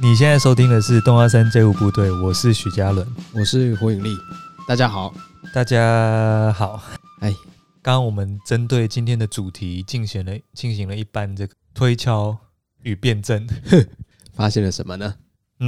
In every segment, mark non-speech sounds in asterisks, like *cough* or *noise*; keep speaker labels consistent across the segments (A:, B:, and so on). A: 你现在收听的是《动画三 J 五部队》，我是许嘉伦，
B: 我是火影力，大家好。
A: 大家好。
B: 哎，
A: 刚刚我们针对今天的主题进行了进行了一般这个推敲与辩证，
B: 发现了什么呢？
A: 嗯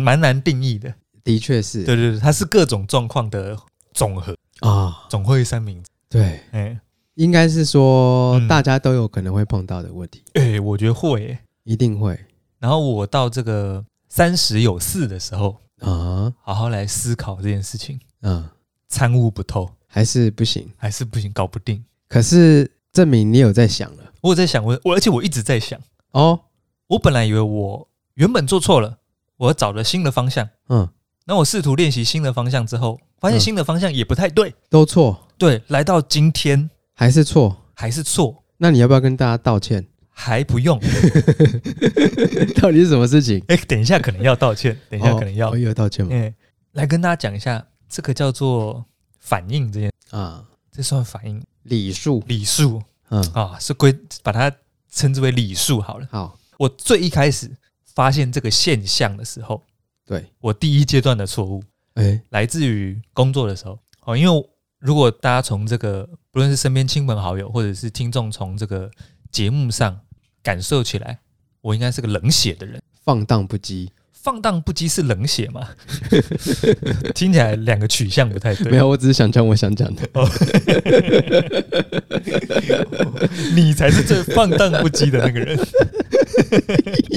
A: 蛮难定义的。
B: 的确是
A: 对对对，它是各种状况的总和，
B: 啊、
A: 总会三明治。
B: 对，
A: 哎、
B: 应该是说、
A: 嗯
B: 大家都有可能会碰到的问题，
A: 哎、我觉得会、欸。
B: 一定会
A: 然后我到这个三十有四的时候，
B: 啊，
A: 好好来思考这件事情，
B: 嗯，
A: 参悟不透，
B: 还是不行。
A: 还是不行，搞不定。
B: 可是证明你有在想了
A: 我有在想，我我而且我一直在想，
B: 哦，
A: 我本来以为我原本做错了，我找了新的方向，
B: 嗯，
A: 那我试图练习新的方向之后，发现
B: 嗯
A: 新的方向也不太对，
B: 都错
A: 对，来到今天
B: 还是错，
A: 还是错，
B: 那你要不要跟大家道 *laughs* 歉？
A: 还不用。 *laughs*
B: 到底是什么事情？
A: 哎、等一下可能要道歉，等一下可能要
B: 哦、，有道歉吗？
A: 嗯、来跟大家讲一下，这个叫做反应这件，
B: 啊，
A: 这算反应
B: 礼数，
A: 礼数
B: 嗯，
A: 啊，是归把它称之为礼数好了。
B: 好，
A: 我最一开始发现这个现象的时候，
B: 对，
A: 我第一阶段的错误
B: 哎、
A: 来自于工作的时候哦，因为如果大家从这个不论是身边亲朋好友，或者是听众从这个节目上感受起来，我应该是个冷血的人，
B: 放荡不羁，
A: 放荡不羁是冷血吗？ *laughs* 听起来两个取向不太对。
B: 没有，我只是想讲我想讲的。
A: *laughs* 你才是最放荡不羁的那个人。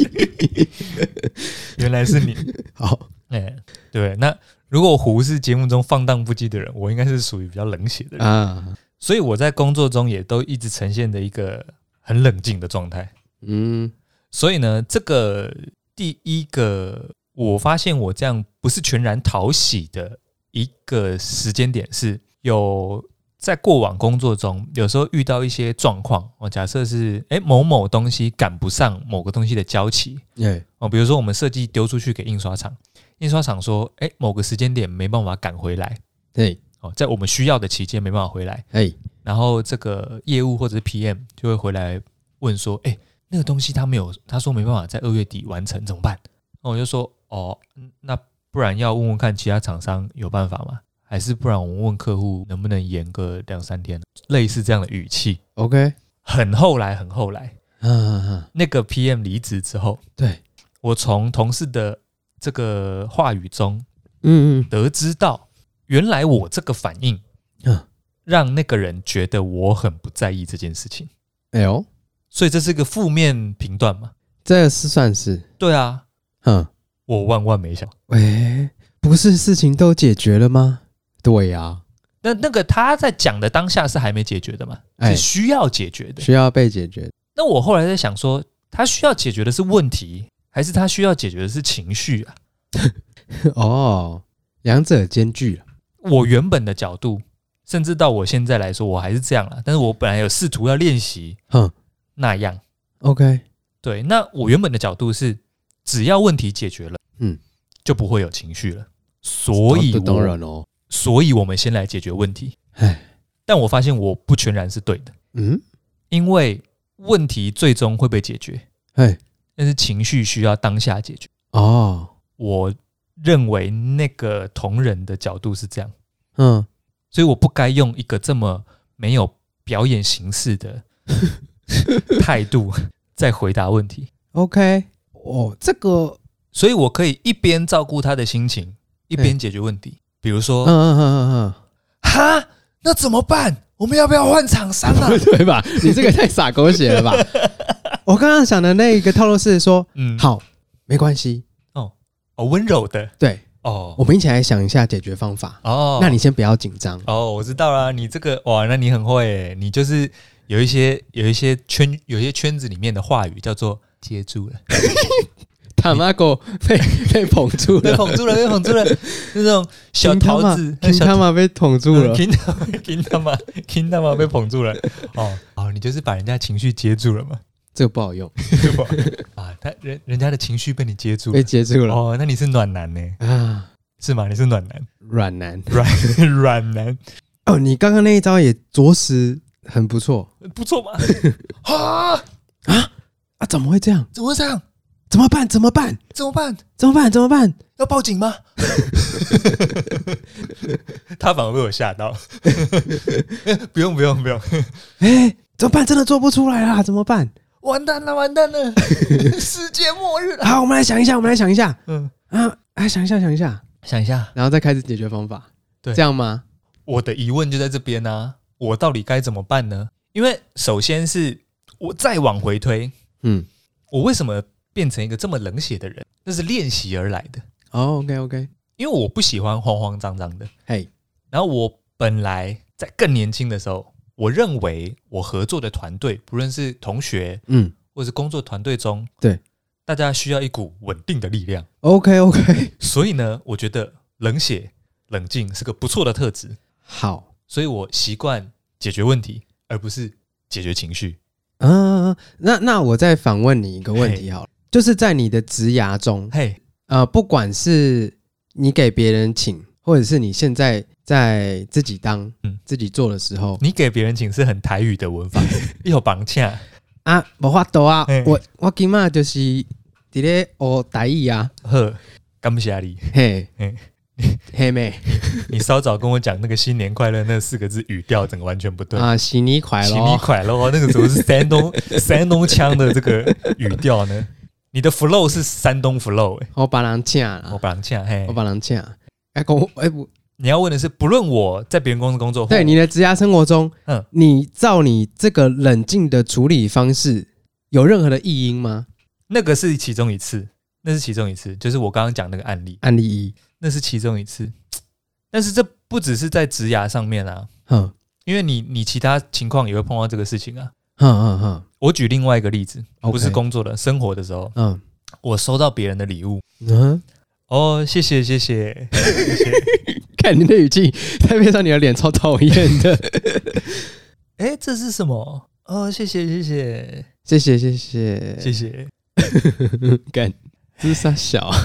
A: *laughs* 原来是你，
B: 好，
A: 哎、对。那如果胡是节目中放荡不羁的人，我应该是属于比较冷血的人，
B: 啊，
A: 所以我在工作中也都一直呈现的一个很冷静的状态。
B: 嗯，
A: 所以呢，这个第一个，我发现我这样不是全然讨喜的一个时间点是有。在过往工作中，有时候遇到一些状况，我假设是诶、某某东西赶不上某个东西的交期，
B: 哎、
A: 哦，比如说我们设计丢出去给印刷厂，印刷厂说，哎、某个时间点没办法赶回来，
B: 对，
A: 哦，在我们需要的期间没办法回来，
B: 哎，
A: 然后这个业务或者是 PM 就会回来问说，哎、那个东西他没有，他说没办法在二月底完成，怎么办？那我就说，哦，嗯那不然要问问看其他厂商有办法吗？还是不然我们问客户能不能延个两三天？类似这样的语气，
B: OK，
A: 很后来，很后来，
B: 啊啊，啊
A: 那个 PM 离职之后，
B: 对，
A: 我从同事的这个话语中
B: 嗯
A: 得知到，原来我这个反应
B: 嗯，啊，
A: 让那个人觉得我很不在意这件事情，
B: 哎呦，
A: 所以这是个负面评断嘛？
B: 这是算是，
A: 对啊，
B: 嗯，
A: 我万万没想到。
B: 喂、不是事情都解决了吗？对呀、
A: 那那个他在讲的当下是还没解决的嘛？
B: 哎
A: 是需要解决的。
B: 需要被解决，
A: 那我后来在想说，他需要解决的是问题，还是他需要解决的是情绪啊？
B: *laughs* 哦，两者兼具了，
A: 我原本的角度，甚至到我现在来说，我还是这样了。但是我本来有试图要练习
B: 哼
A: 那样。
B: ，OK，
A: 对，那我原本的角度是，只要问题解决了，
B: 嗯，
A: 就不会有情绪了。所以
B: 哦
A: 我，
B: 当然哦，
A: 所以我们先来解决问题。
B: 哎，
A: 但我发现我不全然是对的，
B: 嗯，
A: 因为问题最终会被解决，
B: 哎，
A: 但是情绪需要当下解决。
B: 哦，
A: 我认为那个同仁的角度是这样，
B: 嗯，
A: 所以我不该用一个这么没有表演形式的态度在回答问题。
B: OK，哦，这个，
A: 所以我可以一边照顾他的心情，一边解决问题。比如
B: 嗯
A: 说，
B: 嗯嗯嗯
A: 哈，那怎么办？我们要不要换厂商啊
B: 嗯，？ *laughs* 对吧？你这个太傻狗血了吧？ *laughs* 我刚刚想的那一个套路是说，
A: 嗯，
B: 好，没关系，
A: 哦，温柔的
B: 对，
A: 哦
B: 我们一起来想一下解决方法。
A: 哦，
B: 那你先不要紧张，
A: 哦，我知道啦，你这个哇，那你很会耶，你就是有一些有一些圈有一些圈子里面的话语叫做接住
B: *laughs*
A: 了，
B: 他妈狗 *laughs* 被被捧住
A: 被
B: 了，
A: 捧住了，被捧住了， *laughs* 那种小桃子，嗯
B: 听
A: 小
B: 他妈被捅住了。
A: 听他妈，听他妈，听他妈被捧住了，哦哦，你就是把人家情绪接住了嘛。
B: 这个不好用，
A: 对吧？
B: *laughs*
A: 啊，他人人家的情绪被你接住了
B: 被。接住了
A: 哦，那你是暖男呢？
B: 啊！
A: 是吗？你是暖男，
B: 软男
A: 软 *laughs* 软男，
B: 哦，你刚刚那一招也着实很不错 *laughs*
A: 不错嘛？啊，
B: 啊！怎么会这样？
A: 怎么会这样？
B: 怎么办？怎么办？
A: 怎么办？
B: 怎么办？怎么办？
A: 要报警吗？ *laughs* 他反而被我吓 *laughs* 到，不用不用不用，
B: 哎、怎么办？真的做不出来啦，怎么办？
A: 完蛋了完蛋了， *laughs* 世界末日了。
B: 好，我们来想一下，我们来想一下
A: 嗯，
B: 啊，来想一下，想一下，
A: 想一下，
B: 然后再开始解决方法，
A: 对
B: 这样吗？
A: 我的疑问就在这边啊，我到底该怎么办呢？因为首先是我再往回推，
B: 嗯，
A: 我为什么变成一个这么冷血的人？那是练习而来的，
B: 哦，OK，OK，
A: 因为我不喜欢慌慌张张的。
B: 嘿，
A: 然后我本来在更年轻的时候，我认为我合作的团队，不论是同学
B: 嗯
A: 或是工作团队中，
B: 对
A: 大家需要一股稳定的力量。
B: ，OK，OK，
A: 所以呢，我觉得冷血、冷静是个不错的特质，
B: 好，
A: 所以我习惯解决问题，而不是解决情绪。
B: 嗯、那那我再反问你一个问题好了，就是在你的职涯中，
A: 嘿，
B: 呃，不管是你给别人请，或者是你现在在自己当、
A: 嗯
B: 自己做的时候
A: 你给别人请是很台语的文法， *laughs* 一有绑架。
B: 啊，无法度啊
A: 嘿，
B: 我我今嘛就是伫咧学台语啊，
A: 呵，感谢你，
B: 嘿
A: 嘿，
B: 嘿妹
A: 你稍早跟我讲那个“新年快乐”那四个字语调，整个完全不对。
B: 啊，新年快
A: 新年
B: 乐，
A: 快乐，哦那个怎么是山东山东腔的这个语调呢？你的 flow 是山东 flow，、欸、
B: 我把人请
A: 我
B: 啦，
A: 把人呛嘿哦
B: 我。把人请，哎讲哎不，
A: 你要问的是，不论我在别人公司工作，
B: 对
A: 或
B: 你的职涯生活中，
A: 嗯
B: 你照你这个冷静的处理方式，有任何的异因吗？
A: 那个是其中一次，那是其中一次，就是我刚刚讲那个案例，
B: 案例一，
A: 那是其中一次。但是这不只是在职涯上面啊，
B: 哼
A: 因为你你其他情况也会碰到这个事情啊。
B: 哼哼哼，
A: 我举另外一个例子，
B: OK
A: 不是工作的，生活的时候，
B: 嗯
A: 我收到别人的礼物，
B: 嗯，
A: 哦，谢谢谢
B: *laughs*
A: 谢，
B: 看你的语气，再配上你的脸，超讨厌的，
A: 哎，这是什么？哦，谢谢谢谢
B: *laughs* 谢谢谢谢
A: 谢谢。
B: *laughs* 干，这是傻小啊，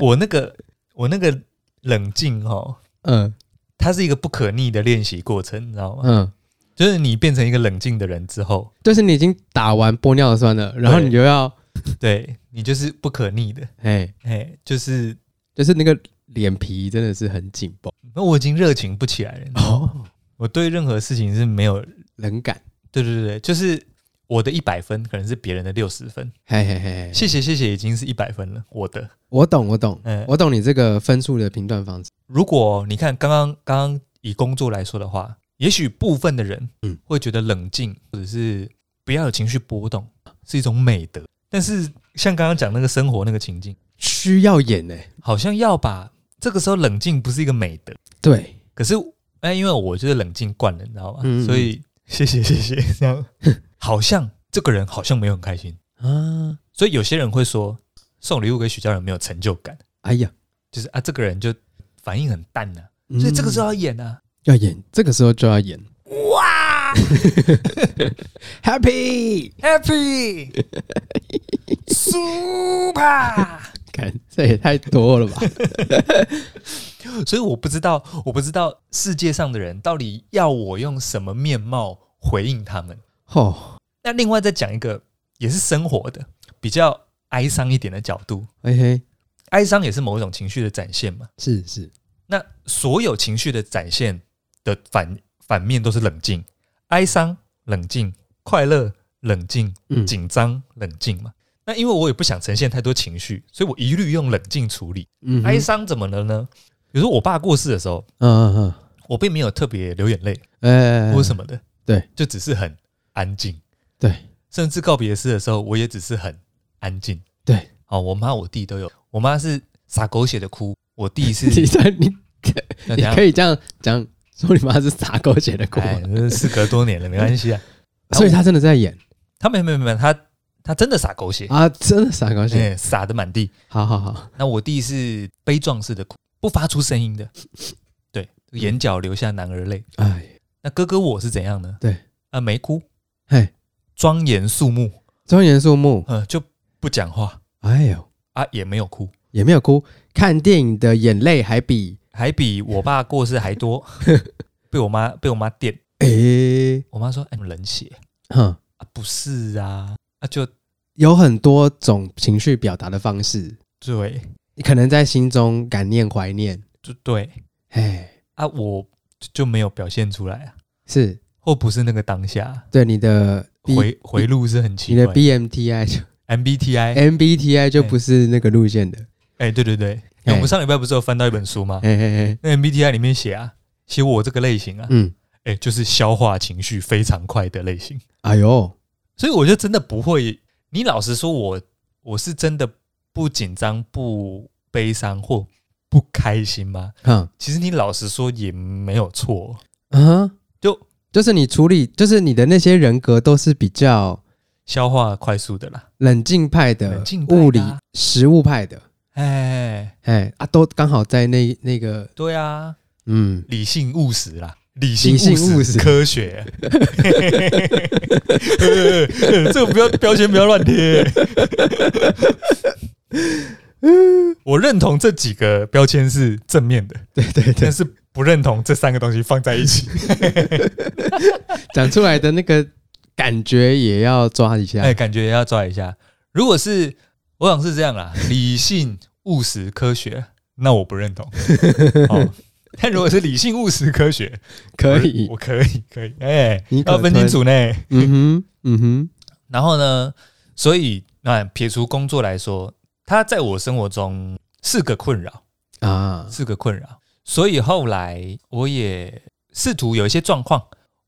A: 我那个我那个冷静哦，
B: 嗯
A: 它是一个不可逆的练习过程，你知道吗？
B: 嗯，
A: 就是你变成一个冷静的人之后，
B: 就是你已经打完玻尿酸了，然后
A: 对
B: 你就要，
A: 对你就是不可逆的，
B: 哎，
A: 哎，就是
B: 就是那个脸皮真的是很紧绷
A: 那我已经热情不起来了。
B: 哦，
A: 我对任何事情是没有，
B: 冷感，
A: 对对对，就是我的一百分可能是别人的六十分，
B: 嘿嘿嘿嘿，
A: 谢谢谢谢已经是一百分了，我的。
B: 我懂我懂
A: 嗯，
B: 我懂你这个分数的评断方式，
A: 如果你看刚刚刚刚以工作来说的话，也许部分的人
B: 嗯
A: 会觉得冷静或者是不要有情绪波动是一种美德，但是像刚刚讲那个生活那个情境，
B: 需要演哎，
A: 好像要把这个时候冷静不是一个美德，
B: 对。
A: 可是哎，因为我就是冷静惯了，你知道吗？
B: 嗯
A: 所以 *laughs* 谢谢谢谢，这样 *laughs* 好像这个人好像没有很开心，
B: 啊，
A: 所以有些人会说送礼物给许家人没有成就感，
B: 哎呀，
A: 就是啊这个人就反应很淡呐、
B: 嗯
A: 所以这个时候要演啊。
B: 要演，这个时候就要演。 *laughs* 哇，Happy！
A: Happy
B: *laughs*
A: Super，
B: 看，这也太多
A: *laughs*
B: 了吧？
A: 所以我不知道，我不知道世界上的人到底要我用什么面貌回应他们。
B: 哦，
A: 那另外再讲一个，也是生活的比较哀伤一点的角度，
B: 嘿嘿，
A: 哀伤也是某一种情绪的展现嘛。
B: 是是，
A: 那所有情绪的展现的反反面都是冷静，哀伤冷静，快乐冷静，
B: 嗯，
A: 紧张冷静嘛。那因为我也不想呈现太多情绪，所以我一律用冷静处理。
B: 嗯哼
A: 哀，伤怎么了呢？比如说我爸过世的时候，
B: 嗯嗯
A: 我并没有特别流眼泪
B: 嗯，哎，
A: 或什么的，
B: 对，
A: 就只是很安静，
B: 对，
A: 甚至告别式的时候，我也只是很安静，
B: 对。
A: 哦，我妈我弟都有，我妈是撒狗血的哭，我弟
B: *laughs*
A: 是
B: *laughs* 你这你
A: 那
B: 你
A: 怎样
B: 可以这样讲，说你妈是傻狗血的狗，
A: 哎，那事隔多年了，没关系啊。
B: *laughs* 所以她真的在演
A: 他没没没，他他真的撒狗血，
B: 啊，真的傻狗血。
A: 哎，撒的满地。
B: 好好好，
A: 那我弟是悲壮式的哭，不发出声音的，对，眼角流下男儿泪。
B: 哎，
A: 那哥哥我是怎样呢？
B: 对，
A: 啊，没哭，
B: 嘿，
A: 庄严肃穆，
B: 庄严肃穆，
A: 呃，就不讲话
B: 哎呦，
A: 啊，也没有哭，
B: 也没有哭，看电影的眼泪还比
A: 还比我爸过世还多，被我妈被我妈电，
B: 哎，
A: 我妈说：“哎，冷血
B: 哼，
A: 啊，不是啊，啊就
B: 有很多种情绪表达的方式，
A: 对，
B: 你可能在心中感念、怀念，
A: 就对
B: 哎，
A: 啊，我就就没有表现出来啊，
B: 是
A: 或不是那个当下
B: 对你的 B
A: 回回路是很奇
B: 你的
A: 怪的。
B: BMTI 就
A: MBTI，
B: MBTI 就
A: 哎
B: 不是那个路线的，
A: 哎，对对对，
B: 哎
A: 我们上礼拜不是有翻到一本书吗？
B: 嘿嘿嘿，
A: 那 MBTI 里面写啊，写我这个类型啊，
B: 哎嗯，
A: 哎，就是消化情绪非常快的类型。
B: 哎呦，
A: 所以我就真的不会。你老实说我，我是真的不紧张、不悲伤或不开心吗？
B: 哼，
A: 其实你老实说也没有错，
B: 嗯哼，
A: 就
B: 就是你处理，就是你的那些人格都是比较
A: 消化快速的啦。
B: 冷静派的
A: 冷静、派的啊
B: 物理实物派的，
A: 哎，
B: 哎啊，都刚好在那那个，
A: 对啊，
B: 嗯，
A: 理性务实啦，理性
B: 理性务
A: 务
B: 实
A: 实，科学。 *laughs* 呃这个不要标签不要乱
B: *laughs*
A: 贴。我认同这几个标签是正面的，
B: 对对对
A: *laughs* 但，是不认同这三个东西放在一
B: *laughs*
A: 起。
B: 讲出来的那个感觉也要抓一下，
A: 哎，感觉也要抓一下。如果是我想是这样啦，理性、务实、科学，那我不认
B: *laughs*
A: 同。哦、但如果是理性、务实、科学，
B: 可以
A: 我，我可以，可以。哎、
B: 你可
A: 要分清
B: 吞
A: 楚呢。
B: 嗯哼，嗯哼，
A: 然后呢，所以那撇除工作来说，它在我生活中是个困扰，
B: 啊，
A: 是个困扰。所以后来我也试图有一些状况，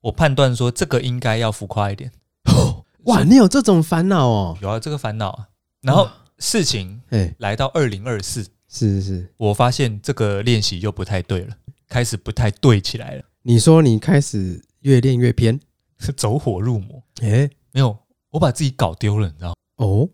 A: 我判断说这个应该要浮夸一点。
B: *laughs* 哇，你有这种烦恼哦，
A: 有啊，这个烦恼啊。然后
B: 哇，
A: 事情
B: 哎，
A: 来到二零二四，
B: 是是是，
A: 我发现这个练习又不太对了，开始不太对起来了，
B: 你说你开始越练越偏，
A: 是走火入魔。
B: 哎，
A: 没有，我把自己搞丢了，你知道吗？
B: 哦，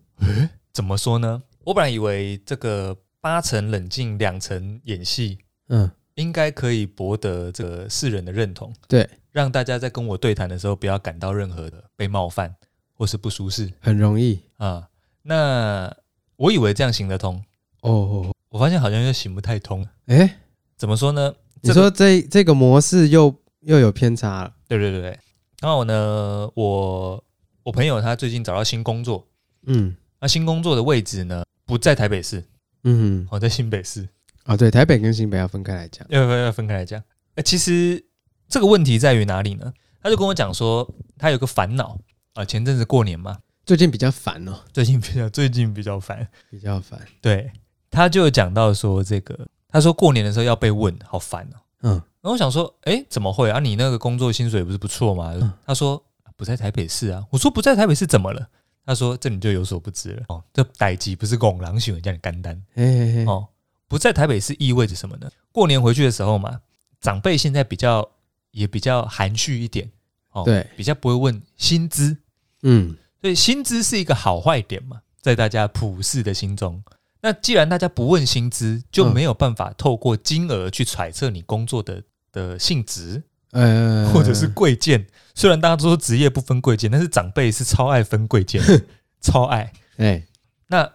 A: 怎么说呢？我本来以为这个八成冷静，两成演戏，
B: 嗯，
A: 应该可以博得这个世人的认同，
B: 对，
A: 让大家在跟我对谈的时候不要感到任何的被冒犯或是不舒适
B: 很容易，
A: 啊。那我以为这样行得通，
B: 哦哦，哦
A: 我发现好像又行不太通。
B: 哎，
A: 怎么说呢？
B: 你
A: 这个
B: 说这这个模式又又有偏差了，
A: 对对对对。然后呢，我我朋友他最近找到新工作，
B: 嗯
A: 那新工作的位置呢不在台北市，
B: 嗯，
A: 哦，在新北市。
B: 哦，对，台北跟新北要分开来讲，
A: 要不要分开来讲？呃，其实这个问题在于哪里呢？他就跟我讲说，他有个烦恼啊、呃前阵子过年嘛，
B: 最近比较烦哦，
A: 最近比较最近比较烦。
B: 比较烦，
A: 对，他就讲到说这个，他说过年的时候要被问，好烦哦。
B: 嗯，
A: 然后我想说，哎，怎么会啊？你那个工作薪水不是不错吗？
B: 嗯
A: 他说不在台北市啊。我说不在台北市怎么了？他说这你就有所不知了哦，这逮鸡不是拱狼喜欢叫你干单
B: 嘿嘿嘿，
A: 哦。不在台北市意味着什么呢？过年回去的时候嘛，长辈现在比较也比较含蓄一点哦，，
B: 对，
A: 比较不会问薪资，
B: 嗯，
A: 所以薪资是一个好坏点嘛，在大家普世的心中。那既然大家不问薪资，就没有办法透过金额去揣测你工作的的性质
B: 呃，
A: *laughs* 或者是贵贱。虽然大家都说职业不分贵贱，但是长辈是超爱分贵贱的，超爱。
B: 哎，
A: 那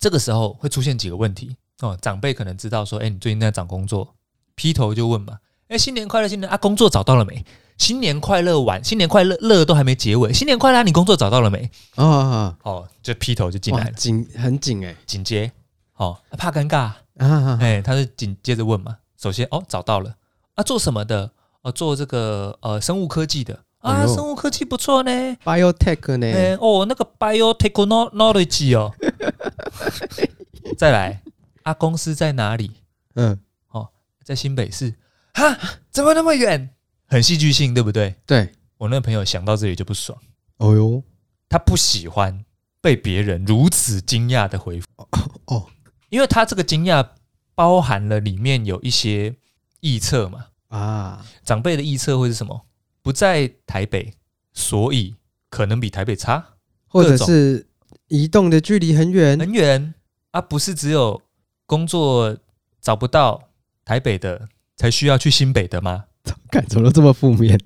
A: 这个时候会出现几个问题哦，长辈可能知道说，哎，你最近在找工作，劈头就问嘛，哎，新年快乐，新年啊，工作找到了没？新年快乐晚，新年快乐乐都还没结尾，新年快乐啊，你工作找到了没？
B: 哦哦，
A: 哦，就劈头就进
B: 哇，
A: 来了，
B: 紧很紧哎，
A: 紧接，哦，啊怕尴尬，
B: 啊啊，啊
A: 哎、他是紧接着问嘛，首先哦找到了，啊做什么的？哦做这个呃生物科技的
B: 哎
A: 啊，
B: 呦
A: 生物科技不错呢，
B: *laughs* biotech 呢？
A: 哎、哦那个 biotechnology
B: *laughs*
A: 哦，再来啊公司在哪里？
B: 嗯，
A: 在新北市，哈怎么那么远？很戏剧性，对不对？
B: 对，
A: 我那个朋友想到这里就不爽，
B: 哦哟，
A: 他不喜欢被别人如此惊讶的回复。
B: 哦，
A: 因为他这个惊讶包含了里面有一些臆测嘛，
B: 啊，
A: 长辈的臆测会是什么？不在台北，所以可能比台北差
B: 或者
A: 各种
B: 是移动的距离很远，
A: 很远啊，不是只有工作找不到台北的才需要去新北的吗？
B: *laughs* 感怎么都这么负面？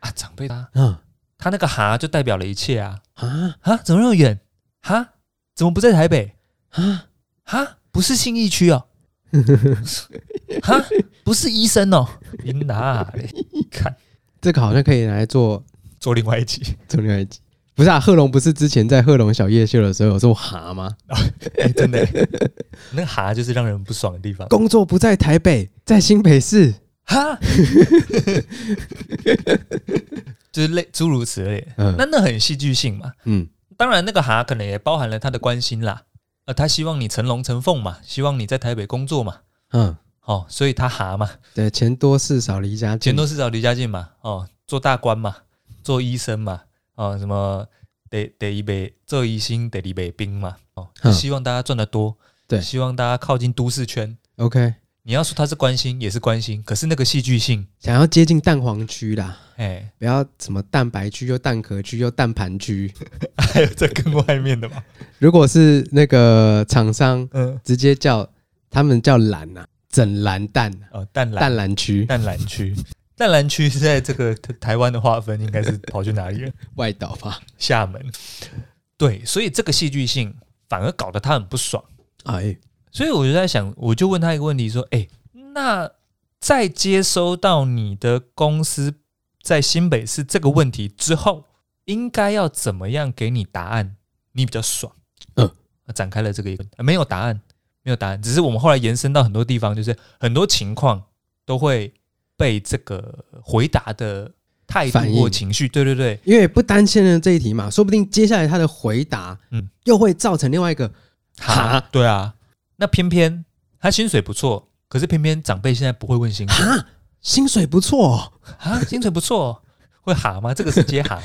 A: 啊，长辈他
B: 嗯
A: 他那个哈就代表了一切啊
B: 啊
A: 啊，怎么那么远？哈，怎么不在台北？
B: 啊，
A: 哈，不是信义区 *laughs* 哦，哈，不是医生哦，你哪里看？
B: 这个好像可以拿来做
A: 做另外一集。
B: 重量一集。不是啊，贺龙不是之前在贺龙小夜秀的时候有说哈吗？
A: *laughs* 哎真的，那个哈就是让人不爽的地方。
B: 工作不在台北，在新北市。
A: 哈， *laughs* 就是类诸如此类。
B: 嗯
A: 那那很戏剧性嘛。
B: 嗯
A: 当然，那个哈可能也包含了他的关心啦。呃，他希望你成龙成凤嘛，希望你在台北工作嘛。
B: 嗯，
A: 哦，所以他哈嘛，
B: 对，钱多事少离家近。
A: 钱多事少离家近嘛。哦，做大官嘛，做医生嘛。哦，什么得得一北做医生得一北兵嘛。哦，就
B: 嗯
A: 希望大家赚得多，
B: 对
A: 希望大家靠近都市圈。
B: OK，
A: 你要说他是关心也是关心，可是那个戏剧性，
B: 想要接近蛋黄区啦，
A: 哎，
B: 不要什么蛋白区又蛋壳区又蛋盘区。
A: 还有这更外面的嘛。
B: 如果是那个厂商
A: *laughs* 嗯，
B: 直接叫他们叫蓝啊，整蓝蛋啊
A: 哦，淡蓝
B: 蛋蓝区
A: 淡蓝区，淡蓝区是在这个台台湾的划分应该是跑去哪里了？
B: 外岛吧。
A: 厦门。对，所以这个戏剧性反而搞得他很不爽。
B: 哎，
A: 所以我就在想，我就问他一个问题，说：“哎、那在接收到你的公司在新北市这个问题之后，应该要怎么样给你答案，你比较爽？”
B: 嗯，
A: 展开了这个一个、呃没有答案，没有答案，只是我们后来延伸到很多地方，就是很多情况都会被这个回答的态度
B: 反应
A: 或情绪，对对对，
B: 因为不单现任这一题嘛，说不定接下来他的回答，
A: 嗯
B: 嗯，又会造成另外一个哈，
A: 对啊，那偏偏他薪水不错，可是偏偏长辈现在不会问薪水。
B: 哈，薪水不错、哦，
A: 啊，薪水不错哦，会哈吗？这个是接哈
B: *laughs*
A: 吗？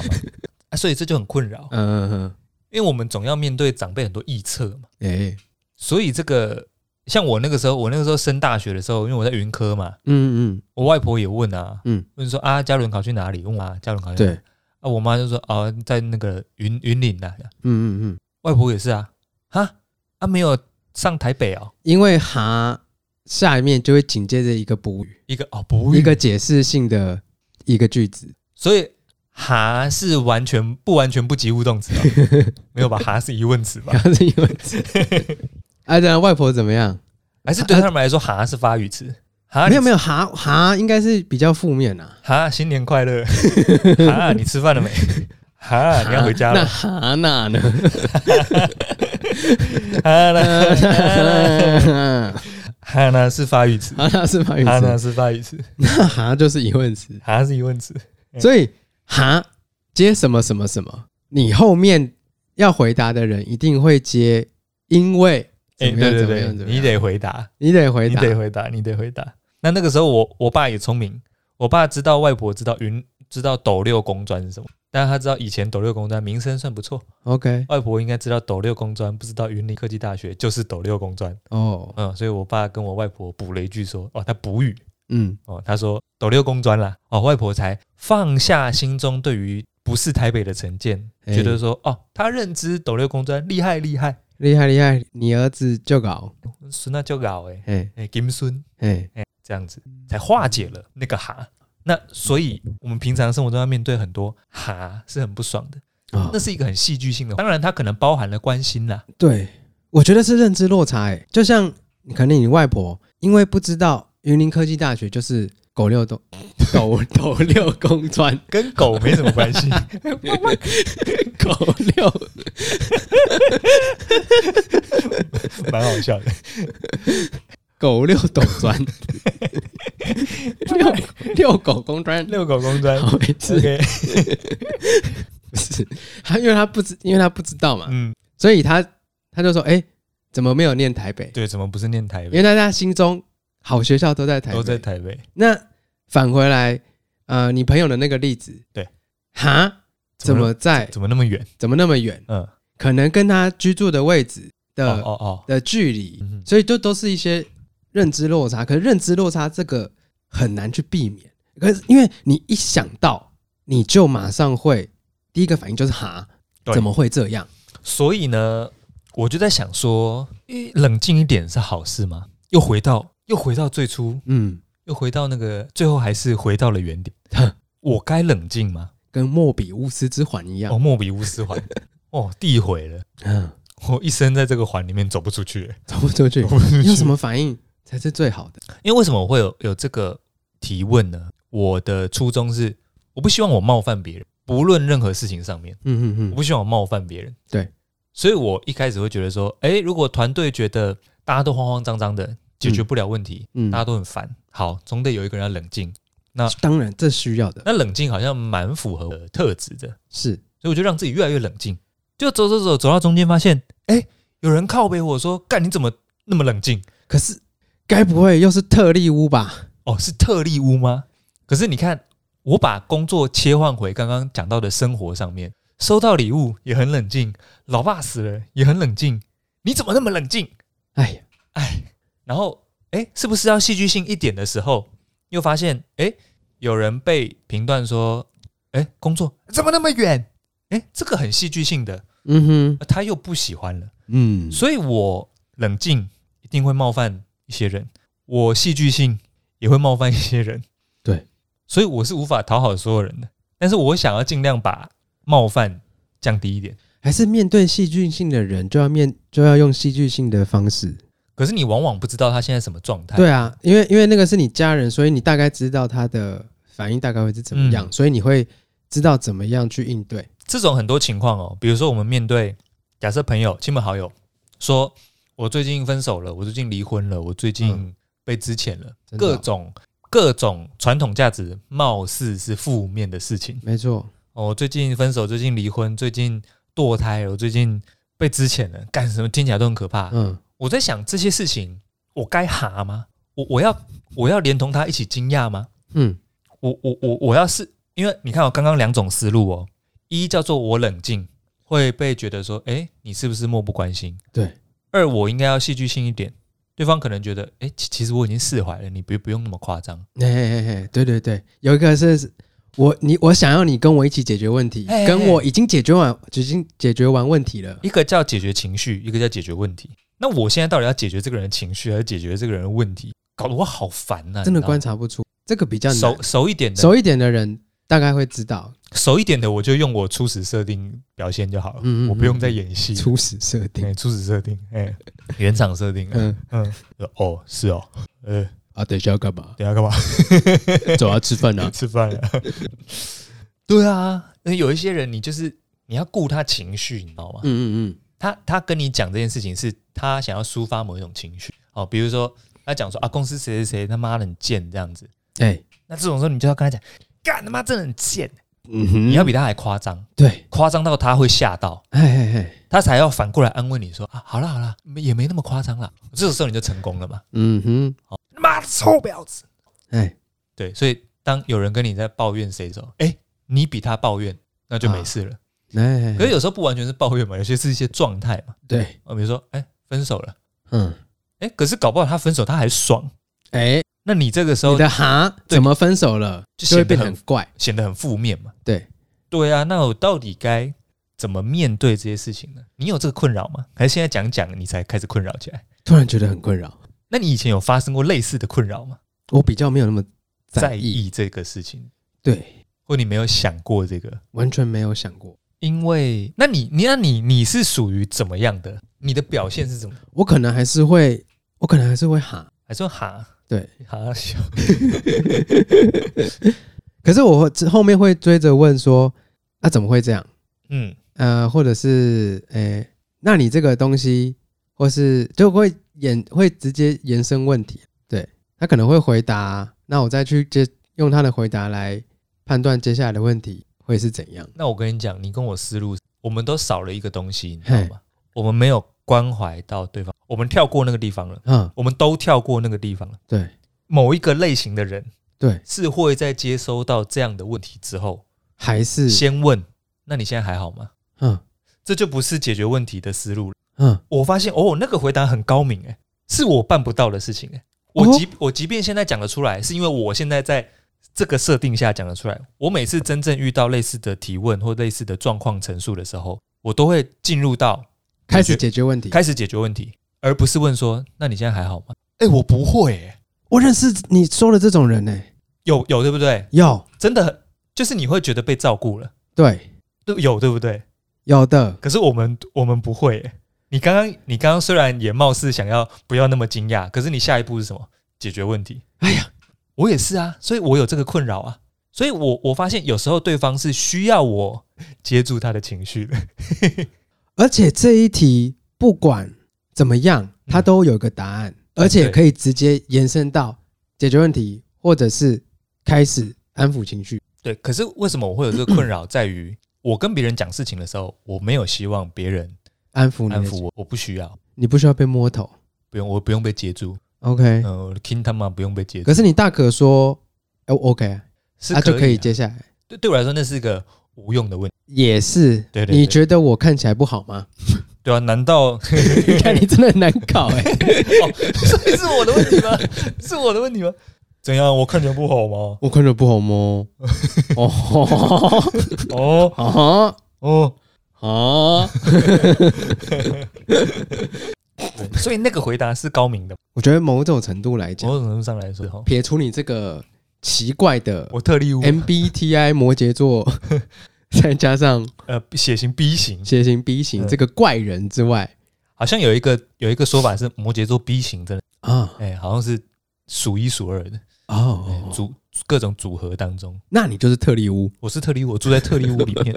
A: 啊，所以这就很困扰，
B: 嗯嗯嗯，
A: 因为我们总要面对长辈很多臆测嘛。
B: 哎、
A: 所以这个像我那个时候，我那个时候升大学的时候，因为我在云科嘛，
B: 嗯嗯，
A: 我外婆也问啊，
B: 嗯
A: 问说啊，嘉伦考去哪里？问我啊，嘉伦考去哪里
B: 对，
A: 啊，我妈就说啊，在那个云云岭啊。
B: 嗯嗯嗯，
A: 外婆也是啊，哈啊，没有上台北哦，
B: 因为哈下面就会紧接着一个补语，
A: 一个哦不
B: 一个解释性的一个句子，
A: 所以哈是完全不完全不及物动词、哦，
B: *laughs*
A: 没有吧？哈是疑问词吧
B: 然？后是因为，哎，然后外婆怎么样？
A: 还是对他们来说，哈是发语词。哈，
B: 没
A: 啊
B: 有
A: 你
B: 没有，哈哈应该是比较负面啊。
A: 哈，新年快
B: *laughs*
A: 乐。哈，你吃饭了没？哈，你要回家
B: 那
A: 了。
B: 哈
A: *laughs*
B: 那呢？ *laughs*
A: 哈
B: *laughs*
A: 啦哈啦，
B: 哈
A: 哈啦是发
B: *laughs*
A: 语词，
B: 那哎是法语
A: 哈啦
B: 词，
A: 是发语词，
B: 那哈就是疑问词。
A: 哈是疑问词。
B: 所以哈接什么什么什么，你后面要回答的人一定会接，因为
A: 哎，
B: 怎么
A: 对
B: 样
A: 对
B: 怎么
A: 对，
B: 样怎么样，
A: 你得回答，
B: 你得回
A: 你
B: 答，
A: 得回答，你得回答。那那个时候，我我爸也聪明，我爸知道外婆知道云知道斗六公专是什么，但是他知道以前斗六公专名声算不错，
B: OK
A: 外婆应该知道斗六公专，不知道云林科技大学就是斗六公专。
B: 哦，
A: 嗯，所以我爸跟我外婆补了一句说，哦，他补语
B: 嗯
A: 哦，他说斗六公专啦，哦，外婆才放下心中对于不是台北的成见，
B: 哎
A: 觉得说哦，他认知斗六公专厉害厉害，
B: 厉害厉害，你儿子就搞，
A: 孙那就搞哎
B: 哎
A: 哎金孙
B: 哎，
A: 这样子才化解了那个哈。那所以我们平常生活中要面对很多哈是很不爽的，
B: 哦
A: 那是一个很戏剧性的，当然它可能包含了关心啦，
B: 对，我觉得是认知落差，哎，就像你可能你外婆因为不知道云林科技大学就是狗六斗 *laughs* 狗斗六公专
A: 跟狗没什么关 *laughs* 系。
B: 狗六
A: 蛮好笑的。
B: 狗六斗
A: *laughs*
B: 专六六狗公专
A: 遛狗公
B: *laughs*
A: 专
B: 好没事
A: OK，
B: 不是他，因为他不知，因为他不知道嘛，
A: 嗯，
B: 所以他他就说，哎、怎么没有念台北？
A: 对，怎么不是念台
B: 因
A: 北？
B: 为大家心中好学校都在台北，
A: 都在台北，
B: 那返回来，呃，你朋友的那个例子，
A: 对，
B: 哈，怎么在
A: 怎么那么远？
B: 怎么那么远？
A: 嗯，
B: 可能跟他居住的位置的、
A: 哦哦哦，
B: 的距离，
A: 嗯哼
B: 所以就都是一些认知落差。可是认知落差这个很难去避免，可是因为你一想到，你就马上会第一个反应就是哈，
A: 对
B: 怎么会这样？
A: 所以呢，我就在想说，诶冷静一点是好事吗？又回到又回到最初，
B: 嗯，
A: 又回到那个，最后还是回到了原点。我该冷静吗？
B: 跟莫比乌斯之环一样。
A: 哦，莫比乌斯
B: *laughs*
A: 环，哦，地毁了，
B: 嗯，
A: 我一生在这个环里面走不出去。
B: 走不出去，有什么反应才是最好的？
A: *laughs* 因为为什么我会有有这个提问呢？我的初衷是，我不希望我冒犯别人，不论任何事情上面，
B: 嗯
A: 我
B: 嗯
A: 不希望我冒犯别人。
B: 对，
A: 所以我一开始会觉得说，哎，如果团队觉得大家都慌慌张张的，解决不了问题，
B: 嗯
A: 大家
B: 嗯，
A: 都很烦，好，总得有一个人要冷静。
B: 当然这需要的，
A: 那冷静好像蛮符合我的特质的，
B: 是
A: 所以我就让自己越来越冷静。就走走走走到中间，发现，哎，有人靠背我说，干你怎么那么冷静？
B: 可是该不会又是特例屋吧？
A: 哦，是特例屋吗？可是你看，我把工作切换回刚刚讲到的生活上面，收到礼物也很冷静，老爸死了也很冷静，你怎么那么冷静？
B: 哎呀，
A: 然后，哎，是不是要戏剧性一点的时候，又发现，哎，有人被评断说，哎，工作怎么那么远？哎，这个很戏剧性的，
B: 嗯哼，
A: 呃他又不喜欢了。
B: 嗯，
A: 所以我冷静一定会冒犯一些人，我戏剧性也会冒犯一些人。
B: 对，
A: 所以我是无法讨好所有人的，但是我想要尽量把冒犯降低一点。
B: 还是面对戏剧性的人，就要面就要用戏剧性的方式。
A: 可是你往往不知道他现在什么状态。
B: 对啊，因为因为那个是你家人，所以你大概知道他的反应大概会是怎么样，
A: 嗯
B: 所以你会知道怎么样去应对。
A: 这种很多情况哦，比如说我们面对假设朋友、亲朋好友说，我最近分手了，我最近离婚了，我最近
B: 嗯
A: 被之前了，
B: 真的哦
A: 各种各种传统价值貌似是负面的事情。
B: 没错，
A: 哦，我最近分手，最近离婚，最近堕胎了，我最近被之前了，干什么听起来都很可怕。
B: 嗯，
A: 我在想这些事情，我该哈吗？我我要我要连同他一起惊讶吗？
B: 嗯，
A: 我我我我要是因为你看哦我刚刚两种思路哦，一叫做我冷静，会被觉得说，哎，你是不是漠不关心？
B: 对。
A: 二我应该要戏剧性一点，对方可能觉得，哎，其其实我已经释怀了，你不不用那么夸张。
B: 嘿嘿嘿嘿，对对对，有一个是我你我想要你跟我一起解决问题，
A: 嘿嘿
B: 跟我已经解决完已经解决完问题了。
A: 一个叫解决情绪，一个叫解决问题。那我现在到底要解决这个人的情绪，还是解决这个人的问题？搞得我好烦呐、
B: 真的
A: 你知道吗
B: 观察不出，这个比较难。
A: 哎熟熟一点的，熟
B: 熟一点的人大概会知道
A: 熟一点的，我就用我初始设定表现就好了，
B: 嗯嗯嗯
A: 我不用再演戏。
B: 初始设定。
A: 哎，初始设定，哎，原厂设
B: *laughs*
A: 定，嗯
B: 嗯
A: 嗯，哦，是哦，呃，
B: 啊，等一下要干嘛？
A: 等一下干嘛？
B: 走啊，吃饭
A: *laughs*
B: 啊。
A: 吃饭了。对啊，那有一些人，你就是你要顾他情绪，你知道吗？
B: 嗯嗯
A: 他他跟你讲这件事情，是他想要抒发某一种情绪哦，比如说他讲说啊，公司谁谁谁他妈的很贱这样子，
B: 嗯，哎，
A: 那这种时候你就要跟他讲，干他妈真的很贱，
B: 嗯哼
A: 你要比他还夸张，
B: 对，
A: 夸张到他会吓到，
B: 哎哎哎，
A: 他才要反过来安慰你说啊，好啦好啦，没也没那么夸张啦，这种时候你就成功了嘛，
B: 嗯哼，
A: 他妈的臭婊子，
B: 哎，
A: 对，所以当有人跟你在抱怨谁的时候，哎，你比他抱怨，那
B: 啊
A: 就没事了。
B: 哎，
A: 可是有时候不完全是抱怨嘛，有些是一些状态嘛，
B: 对，
A: 啊，比如说哎分手了，
B: 嗯，
A: 哎，可是搞不好他分手他还爽。
B: 哎，
A: 那你这个时
B: 你
A: 候
B: 的哈
A: 对
B: 怎么分手了，
A: 就
B: 就
A: 显
B: 会
A: 得
B: 变得
A: 很
B: 很怪。
A: 显得很负面嘛？
B: 对，
A: 对啊，那我到底该怎么面对这些事情呢？你有这个困扰吗？还是现在讲讲你才开始困扰起来？
B: 突然觉得很困扰。
A: 那你以前有发生过类似的困扰吗？
B: 我比较没有那么在
A: 在
B: 意，
A: 意这个事情，
B: 对，
A: 或你没有想过这个？
B: 完全没有想过。
A: 因为，那你，你那你，你是属于怎么样的？你的表现是怎么？
B: 我可能还是会，我可能还是会哈，
A: 还是说哈？
B: 对，
A: 哈笑？
B: 可是我之后面会追着问说，啊，怎么会这样？
A: 嗯，
B: 呃，或者是，诶、那你这个东西，或是就会延会直接延伸问题，对他可能会回答，那我再去接用他的回答来判断接下来的问题会是怎样。
A: 那我跟你讲，你跟我思路，我们都少了一个东西，你知道吗？我们没有关怀到对方，我们跳过那个地方了。
B: 嗯，
A: 我们都跳过那个地方了。
B: 对
A: 某一个类型的人
B: 对，
A: 是会在接收到这样的问题之后，
B: 还是
A: 先问：“那你现在还好吗
B: 嗯？”
A: 这就不是解决问题的思路了。
B: 嗯，
A: 我发现哦，那个回答很高明诶、是我办不到的事情诶、欸我即、我即便现在讲得出来，是因为我现在在这个设定下讲得出来。我每次真正遇到类似的提问或类似的状况陈述的时候，我都会进入到
B: 开始解决问题。
A: 开始解决问题，而不是问说：“那你现在还好吗？”哎、我不会、欸，
B: 我认识你说的这种人呢、
A: 有有对不对？
B: 有
A: 真的很就是你会觉得被照顾了，
B: 对
A: 对有对不对？
B: 有的，
A: 可是我们我们不会耶。你刚刚你刚刚虽然也貌似想要不要那么惊讶，可是你下一步是什么？解决问题。
B: 哎呀，
A: 我也是啊，所以我有这个困扰啊，所以我我发现有时候对方是需要我接住他的情绪的。
B: 而且这一题不管怎么样，它都有个答案，而且可以直接延伸到解决问题，或者是开始安抚情绪。
A: *laughs* 对，可是为什么我会有这个困扰，在于 *clears throat* 我跟别人讲事情的时候，我没有希望别人
B: 安抚你的
A: 安
B: 情
A: 抚
B: 绪，
A: 我，我不需要，
B: 你不需要被摸头。
A: 不用，我不用被接住，
B: OK，、
A: 嗯、呃、，King 他妈不用被接住，
B: 可是你大可说，哦、OK，啊
A: 是
B: 啊就可
A: 可以
B: 以
A: 啊
B: 接下来。
A: 对对我来说，那是一个无用的问题，
B: 也是，
A: 对对对
B: 你觉得我看起来不好吗？
A: 对啊，难道
B: 你看你真的很难搞哎、
A: *laughs* 所以是我的问题 *laughs* 吗？是我的问题吗？怎样？我看起来不好吗？
B: 我看着不好 *laughs* 吗？哦
A: 哦
B: *laughs* 哦
A: 哦，
B: 哦，
A: 对所以那个回答是高明的，
B: 我觉得某种程度来
A: 某
B: 讲，
A: 种程度上来说，哈，
B: 撇除你这个奇怪的
A: 我特例
B: 哎
A: 屋，
B: MBTI 摩羯座， *laughs* 再加上
A: 呃，血型 B 型，
B: 血型 B 型
A: 嗯
B: 这个怪人之外
A: 好像有一个有一个说法是摩羯座 B 型，真的，
B: 啊
A: 哎、好像是数一数二的，哎
B: 哦，
A: 组各种组合当中，
B: 那你就是特例屋，
A: 我是特例屋，我住在特例屋里面，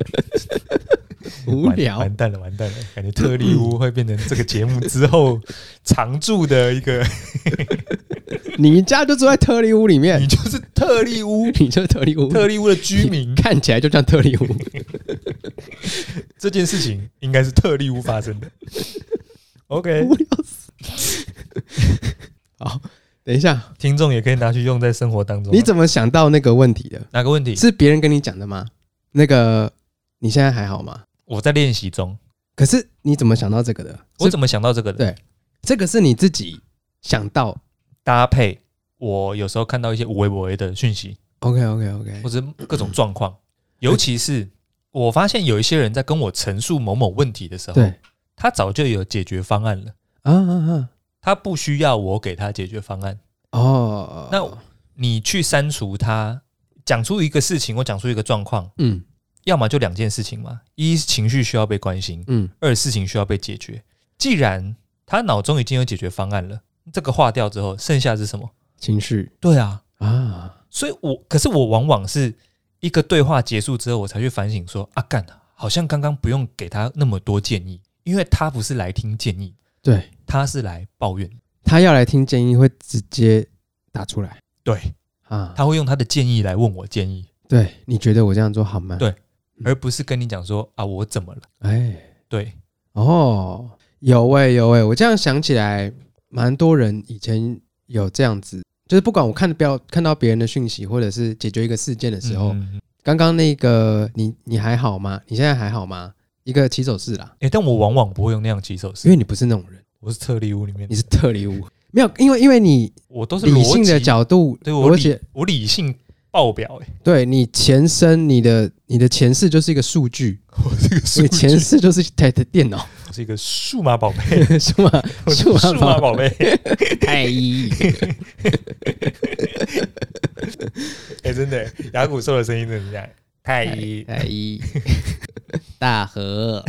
B: *laughs* 无
A: 完
B: 聊
A: 完蛋了，完蛋了，感觉特例
B: *laughs*
A: 屋会变成这个节目之后常驻的一
B: *laughs*
A: 个，
B: 你家就住在特例屋里面
A: 你，就是特例
B: *laughs*
A: 屋，
B: 你就是特例屋，
A: 特例屋的居民，
B: 看起来就像特例屋。
A: 这件事情应该是特例屋发生的。OK，
B: 无聊死。好，等一下，
A: 听众也可以拿去用在生活当中啊。
B: 你怎么想到那个问题的？
A: 哪个问题？
B: 是别人跟你讲的吗？那个你现在还好吗？
A: 我在练习中，
B: 可是你怎么想到这个的？
A: 我
B: 是
A: 怎么想到这个的？
B: 对这个是你自己想到
A: 搭配，我有时候看到一些无微不微的讯息，
B: ？OK OK OK
A: 或者各种状况，尤其是我发现有一些人在跟我陈述某某问题的时候，
B: 对
A: 他早就有解决方案了，
B: 啊啊啊
A: 他不需要我给他解决方案。
B: 哦，
A: 那你去删除他，讲出一个事情，我讲出一个状况，
B: 嗯
A: 要么就两件事情嘛：一情绪需要被关心，
B: 嗯
A: 二事情需要被解决。既然他脑中已经有解决方案了，这个划掉之后，剩下是什么？
B: 情绪
A: 对啊，
B: 啊，
A: 所以我可是我往往是一个对话结束之后，我才去反省说啊，干，好像刚刚不用给他那么多建议，因为他不是来听建议，
B: 对
A: 他是来抱怨。
B: 他要来听建议会直接打出来
A: 对，
B: 啊。
A: 他会用他的建议来问我建议，
B: 对，你觉得我这样做好吗？
A: 对
B: 嗯
A: 而不是跟你讲说啊，我怎么了？
B: 哎。
A: 对，
B: 哦，有喂、有喂、我这样想起来，蛮多人以前有这样子，就是不管我看标看到别人的讯息，或者是解决一个事件的时候，
A: 嗯嗯嗯
B: 刚刚那个你你还好吗？你现在还好吗？一个起手式啦，
A: 诶但我往往不会用那样起手
B: 因
A: 式，
B: 为你不是那种人，
A: 我是特例屋里面
B: 你，是特例物，没有，因为因为你
A: 我都是
B: 理
A: 逻
B: 性的
A: 辑
B: 角度，
A: 对我
B: 逻辑
A: 理，我理性爆表、欸，
B: 对你前身，你的你的前世就是一个数据，
A: 我这个数
B: 你的前
A: 据，
B: 世就是台的
A: *laughs*
B: 电脑，
A: 我是一个数码宝 *laughs* 贝，
B: 数码
A: 我是
B: 数码
A: 数码宝贝，
B: 太一，
A: 哎、真的、牙骨兽的声音真的是这样。太医
B: 太一，大河。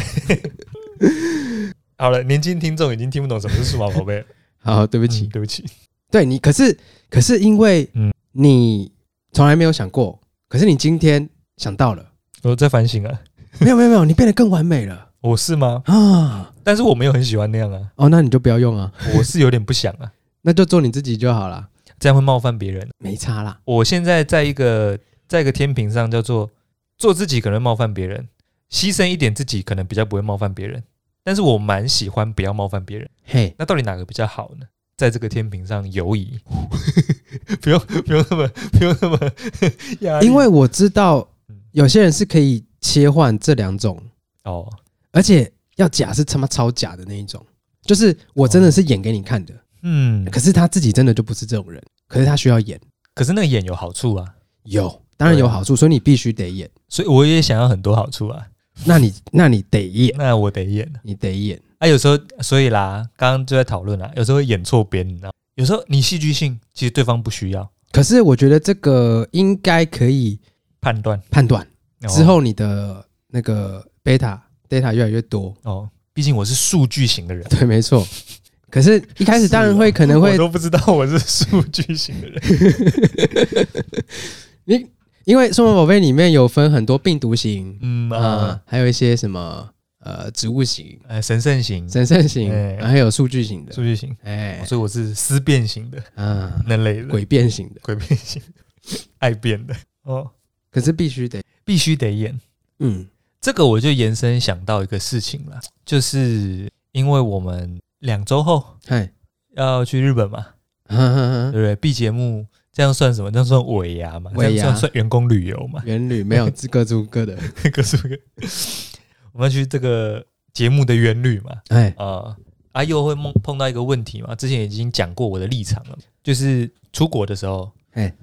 A: 好了，年轻听众已经听不懂什么是数码宝贝了，
B: 好，对
A: *laughs*
B: 不
A: 对
B: 起，
A: 对不起。
B: 对你，可是可是因为
A: 嗯
B: 你从来没有想过，可是你今天想到了，
A: 我在反省啊，
B: 没有没有没有，你变得更完美了
A: 我是吗？
B: 啊！
A: 但是我没有很喜欢那样啊，
B: 哦，那你就不要用啊，
A: 我是有点不想啊，
B: 那就做你自己就好了，
A: 这样会冒犯别人。
B: 没差啦。
A: 我现在在一个在一个天平上叫做做自己可能冒犯别人，牺牲一点自己可能比较不会冒犯别人，但是我蛮喜欢不要冒犯别人。
B: 嘿，
A: 那到底哪个比较好呢？在这个天平上游移， *laughs* 不用不用那么不用那么 *laughs* 压力，
B: 因为我知道
A: 哎嗯
B: 有些人是可以切换这两种，
A: 哦，
B: 而且要假是他妈超假的那一种，就是我真的是演给你看的，
A: 嗯，
B: 可是他自己真的就不是这种人，可是他需要演，
A: 可是那个演有好处啊，
B: 有当然有好处，所以你必须得演，
A: 所以我也想要很多好处啊。
B: 那你那你得演，
A: 那我得演
B: 你得演。
A: 啊，有时候所以啦，刚刚就在讨论啦，有时候会演错边，你知道吗，有时候你戏剧性，其实对方不需要
B: 可是我觉得这个应该可以
A: 判断
B: 判断，
A: 哦
B: 之后你的那个贝塔 data 越来越多，
A: 哦，毕竟我是数据型的人，啊
B: 对，没错。可是，一开始当然会可能
A: 我
B: 会，
A: 都不知道我是数据型的人，
B: 你因为数码宝贝里面有分很多病毒型，
A: 嗯
B: 啊、
A: 啊，
B: 还有一些什么呃植物型、
A: 呃，神圣型、
B: 神圣型，
A: 哎
B: 然后还有数据型的，
A: 数据型，
B: 哎
A: 哦、所以我是思辨型的
B: 啊，
A: 那类的，
B: 诡辩型的，
A: *laughs* 鬼变型，爱变的哦，
B: 可是必须得，
A: 必须得演。
B: 嗯
A: 这个我就延伸想到一个事情了，就是因为我们两周后
B: 嗨，
A: 要去日本嘛，
B: 哈哈
A: 对
B: 哈
A: 不对？B 节目这样算什么？这样算尾牙嘛？
B: 尾牙
A: 这样算算员工旅游嘛？ *laughs*
B: 元旅没有自各诸各的，
A: 各是各， *laughs* 我们要去这个节目的元旅嘛？
B: 哎，
A: 啊、啊，又会碰碰到一个问题嘛？之前已经讲过我的立场了，就是出国的时候，
B: 哎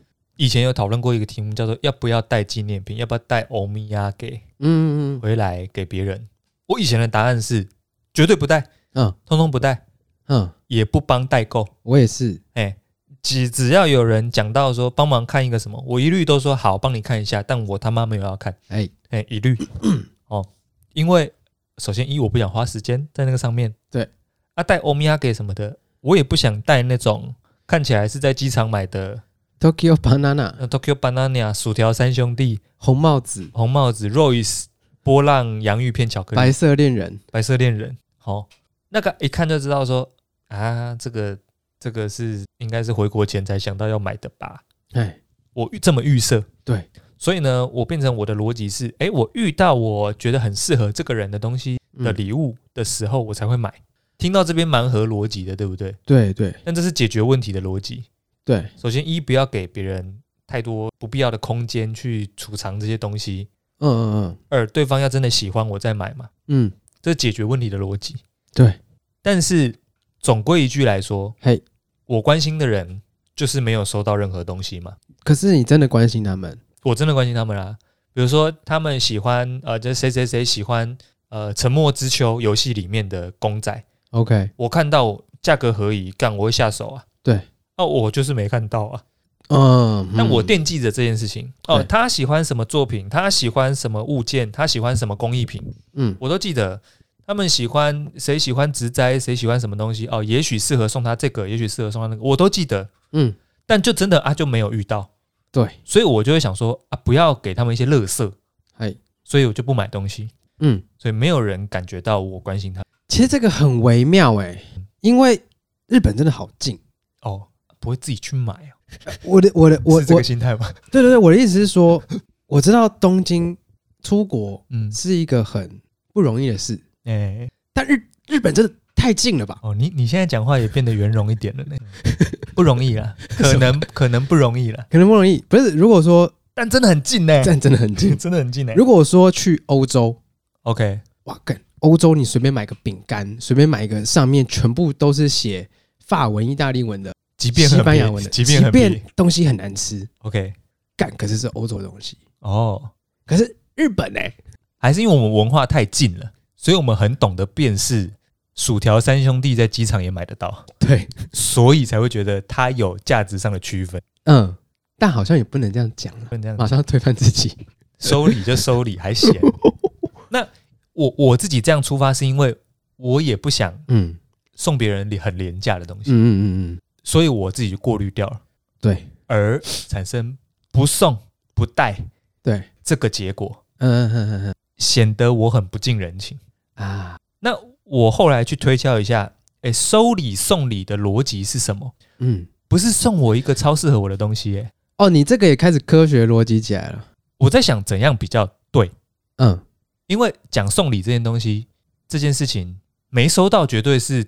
A: 以前有讨论过一个题目，叫做要不要带纪念品，要不要带欧米亚给
B: 嗯嗯
A: 回来给别人。我以前的答案是绝对不带，
B: 嗯
A: 通通不带，
B: 嗯，
A: 也不帮代购。
B: 我也是，
A: 哎，只只要有人讲到说帮忙看一个什么，我一律都说好，帮你看一下，但我他妈没有要看，
B: 哎，
A: 哎，一
B: *clears throat*
A: 律哦，因为首先一我不想花时间在那个上面，
B: 对，
A: 啊带欧米亚给什么的，我也不想带那种看起来是在机场买的、
B: Tokyo Banana
A: 呃、Tokyo Banana 薯条三兄弟、
B: 红帽子、
A: 红帽子、Royce 波浪洋芋片巧克力、
B: 白色恋人，
A: 白色恋人，好、那个一看就知道说啊，这个这个是应该是回国前才想到要买的吧？
B: 哎，
A: 我预这么预设，
B: 对，
A: 所以呢，我变成我的逻辑是，哎，我遇到我觉得很适合这个人的东西的
B: 嗯
A: 礼物的时候，我才会买。听到这边蛮合逻辑的，对不对？
B: 对对
A: 但这是解决问题的逻辑。
B: 对，
A: 首先，一不要给别人太多不必要的空间去储藏这些东西；
B: 嗯嗯
A: 二，对方要真的喜欢我再买嘛，
B: 嗯嗯，
A: 这是解决问题的逻辑。
B: 对，
A: 但是总归一句来说，
B: 嘿，
A: 我关心的人就是没有收到任何东西嘛。
B: 可是你真的关心他们，
A: 我真的关心他们啦、比如说，他们喜欢呃，这谁谁谁喜欢呃《沉默之丘》游戏里面的公仔，
B: OK，
A: 我看到价格合宜，干我会下手啊。
B: 对，
A: 哦，我就是没看到啊。
B: 嗯，
A: 但我
B: 嗯
A: 惦记着这件事情。哦，
B: 对
A: 他喜欢什么作品？他喜欢什么物件？他喜欢什么工艺品？
B: 嗯
A: 我都记得。他们喜欢谁喜欢植栽，谁喜欢什么东西哦？也许适合送他这个，也许适合送他那个，我都记得。
B: 嗯，
A: 但就真的啊就没有遇到，
B: 对，
A: 所以我就会想说啊，不要给他们一些乐色，
B: 哎，
A: 所以我就不买东西，
B: 嗯，
A: 所以没有人感觉到我关心他。
B: 其实这个很微妙哎、因为日本真的好近。
A: 哦，不会自己去买啊？
B: 我的我的我
A: 是这
B: 我
A: 个，心态
B: *laughs*
A: 吗？
B: 对对对，我的意思是说，我知道东京出国
A: 嗯，
B: 是一个很不容易的事，
A: 哎、
B: 但日日本真的太近了吧？
A: 哦，你你现在讲话也变得圆融一点了呢， *laughs* 不容易啦，可
B: *laughs*
A: 能可能不容易啦，
B: 可能不容易。不是，如果说
A: 但真的很近呢、，
B: 但真的很近
A: 真的很近呢、
B: 如果说去欧洲，
A: OK，
B: 哇，干欧洲你随便买个饼干，随便买一个，上面全部都是写法文、意大利文的、
A: 即便
B: 西
A: 很
B: 班
A: 便
B: 牙
A: 宜
B: 文的，
A: 即便很便宜
B: 东西很难吃，
A: OK，
B: 干可是是欧洲的东西。
A: 哦，
B: 可是日本哎、
A: 还是因为我们文化太近了，所以我们很懂得辨识薯条三兄弟在机场也买得
B: *laughs*
A: 到。
B: 对，
A: 所以才会觉得它有价值上的区
B: *laughs*
A: 分。
B: 嗯，但好像也不能这样讲啊
A: 不能这样
B: 马
A: 讲，
B: 上推翻自己。
A: 收礼就收礼，还
B: *laughs*
A: 嫌。那我我自己这样出发，是因为我也不想
B: 嗯
A: 送别人很廉价的东西，
B: 嗯嗯嗯嗯，
A: 所以我自己就过滤掉了，
B: 对
A: 而产生不送不带
B: 对，
A: 这个结果，
B: 嗯嗯嗯嗯
A: 显得我很不近人情。
B: 嗯啊，
A: 那我后来去推敲一下，诶，收礼送礼的逻辑是什么？
B: 嗯，
A: 不是送我一个超适合我的东西、诶，
B: 哦，你这个也开始科学逻辑起来了。
A: 我在想怎样比较对。
B: 嗯，
A: 因为讲送礼这件东西，这件事情没收到，绝对是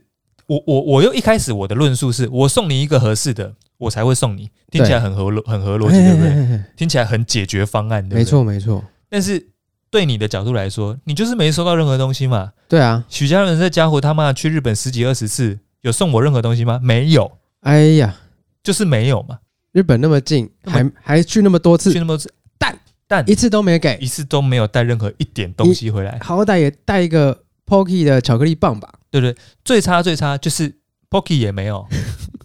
A: 我我我又一开始我的论述是我送你一个合适的，我才会送你，听起来很合逻很合逻辑，对不
B: 嘿
A: 对？
B: 嘿嘿嘿
A: 听起来很解决方案，对不对？
B: 哎没。错没错，
A: 但是对你的角度来说，你就是没收到任何东西嘛。
B: 对啊。
A: 许家人这家伙他妈去日本十几二十次，有送我任何东西吗？没有，
B: 哎呀，
A: 就是没有嘛。
B: 日本那么近，
A: 那
B: 还还去那么多
A: 去
B: 次，
A: 那么多次
B: 蛋
A: 蛋
B: 一次都没给
A: 一，次都没有带任何一点东西回来，
B: 好歹也带一个 Pocky 的巧克力棒吧。
A: 对不对？最差最差就是 Pocky 也没有，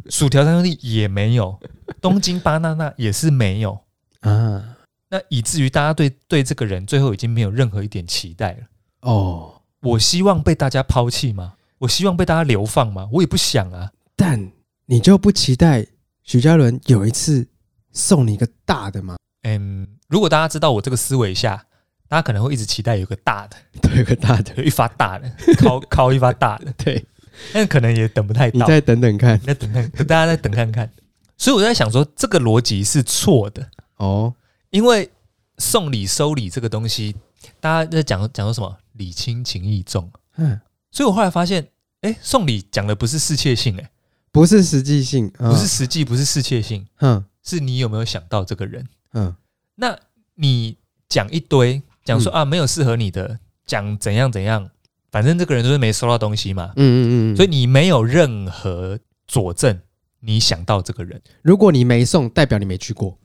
A: 薯条三兄弟也没有，东京巴娜娜也是没有，
B: 啊，
A: 那以至于大家对对这个人最后已经没有任何一点期待了。
B: 哦，
A: 我希望被大家抛弃吗？我希望被大家流放吗？我也不想啊。
B: 但你就不期待许嘉伦有一次送你一个大的吗？
A: 嗯，如果大家知道我这个思维下，大家可能会一直期待有个大的， *laughs*
B: 对，有个大 *laughs* 的，
A: 有一发大的， *laughs* 敲敲一发大的，
B: 对，
A: 但可能也等不太
B: 你
A: 到。
B: 再等等看
A: 你再等看， *laughs* 大家再等看看。所以我在想说，这个逻辑是错的，
B: 哦，
A: 因为送礼收礼这个东西，大家在讲讲说什么礼轻情意重，
B: 嗯，
A: 所以我后来发现，哎、送礼讲的不是适切性、诶
B: 不是实际性，
A: 哎，
B: 嗯
A: 不是，实际，不是适切性，
B: 嗯
A: 是你有没有想到这个人。
B: 嗯，
A: 那你讲一堆，讲说、啊没有适合你的，讲怎样怎样，反正这个人就是没收到东西嘛
B: 嗯，嗯嗯，
A: 所
B: 所
A: 以
B: 以
A: 你没有任何佐证，你想到这个人。
B: 如果你没送，代表你没去过，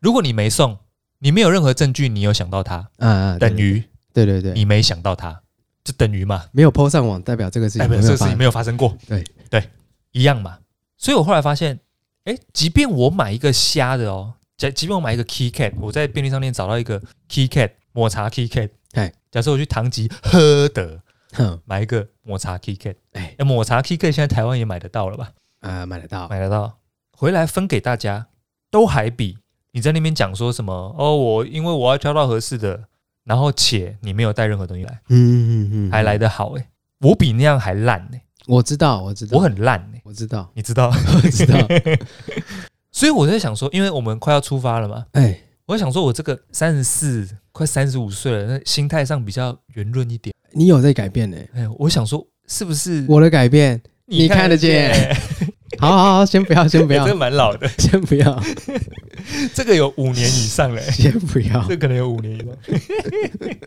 A: 如果你没送，你没有任何证据，你有想到他，
B: 啊啊，对
A: 等，于
B: 对对对，
A: 你没想到他，就等于嘛，
B: 没有 PO 上网，代表这个事
A: 代
B: 情
A: 表
B: 哎没
A: 这个事
B: 有发
A: 情
B: 生
A: 没有发生过。
B: 对
A: 对，一样嘛。所以我后来发现，哎，即便我买一个瞎的哦，假即便我买一个 Key Cat，我在便利商店找到一个 Key Cat 抹茶 Key Cat，
B: 哎
A: 假设我去唐吉诃德
B: 哼，
A: 买一个抹茶 Key Cat，
B: 哎
A: 哎，抹茶 Key Cat 现在台湾也买得到了吧？
B: 啊，买得到，
A: 买得到，回来分给大家，都还比你在那边讲说什么哦，我因为我要挑到合适的，然后且你没有带任何东西来，
B: 嗯嗯嗯，
A: 还来得好诶、我比那样还烂呢、
B: 我知道，我知道，
A: 我很烂呢、
B: 我知 *laughs* 道，
A: 你知道？
B: 我知道，
A: 所以我在想说，因为我们快要出发了嘛，
B: 哎，
A: 我想说我这个三十四快三十五岁了，那心态上比较圆润一点。
B: 你有在改变呢，
A: 哎，我想说是不是
B: 我的改变，你看
A: 看
B: 得见？
A: *laughs*
B: 好好好，先不要，先不
A: 不
B: *laughs* 要
A: 这，蛮老的， *laughs*
B: 先不要，
A: 这个有五年以
B: *laughs*
A: 上嘞、
B: 先不要，
A: 这可能有五年以
B: *laughs*
A: 上。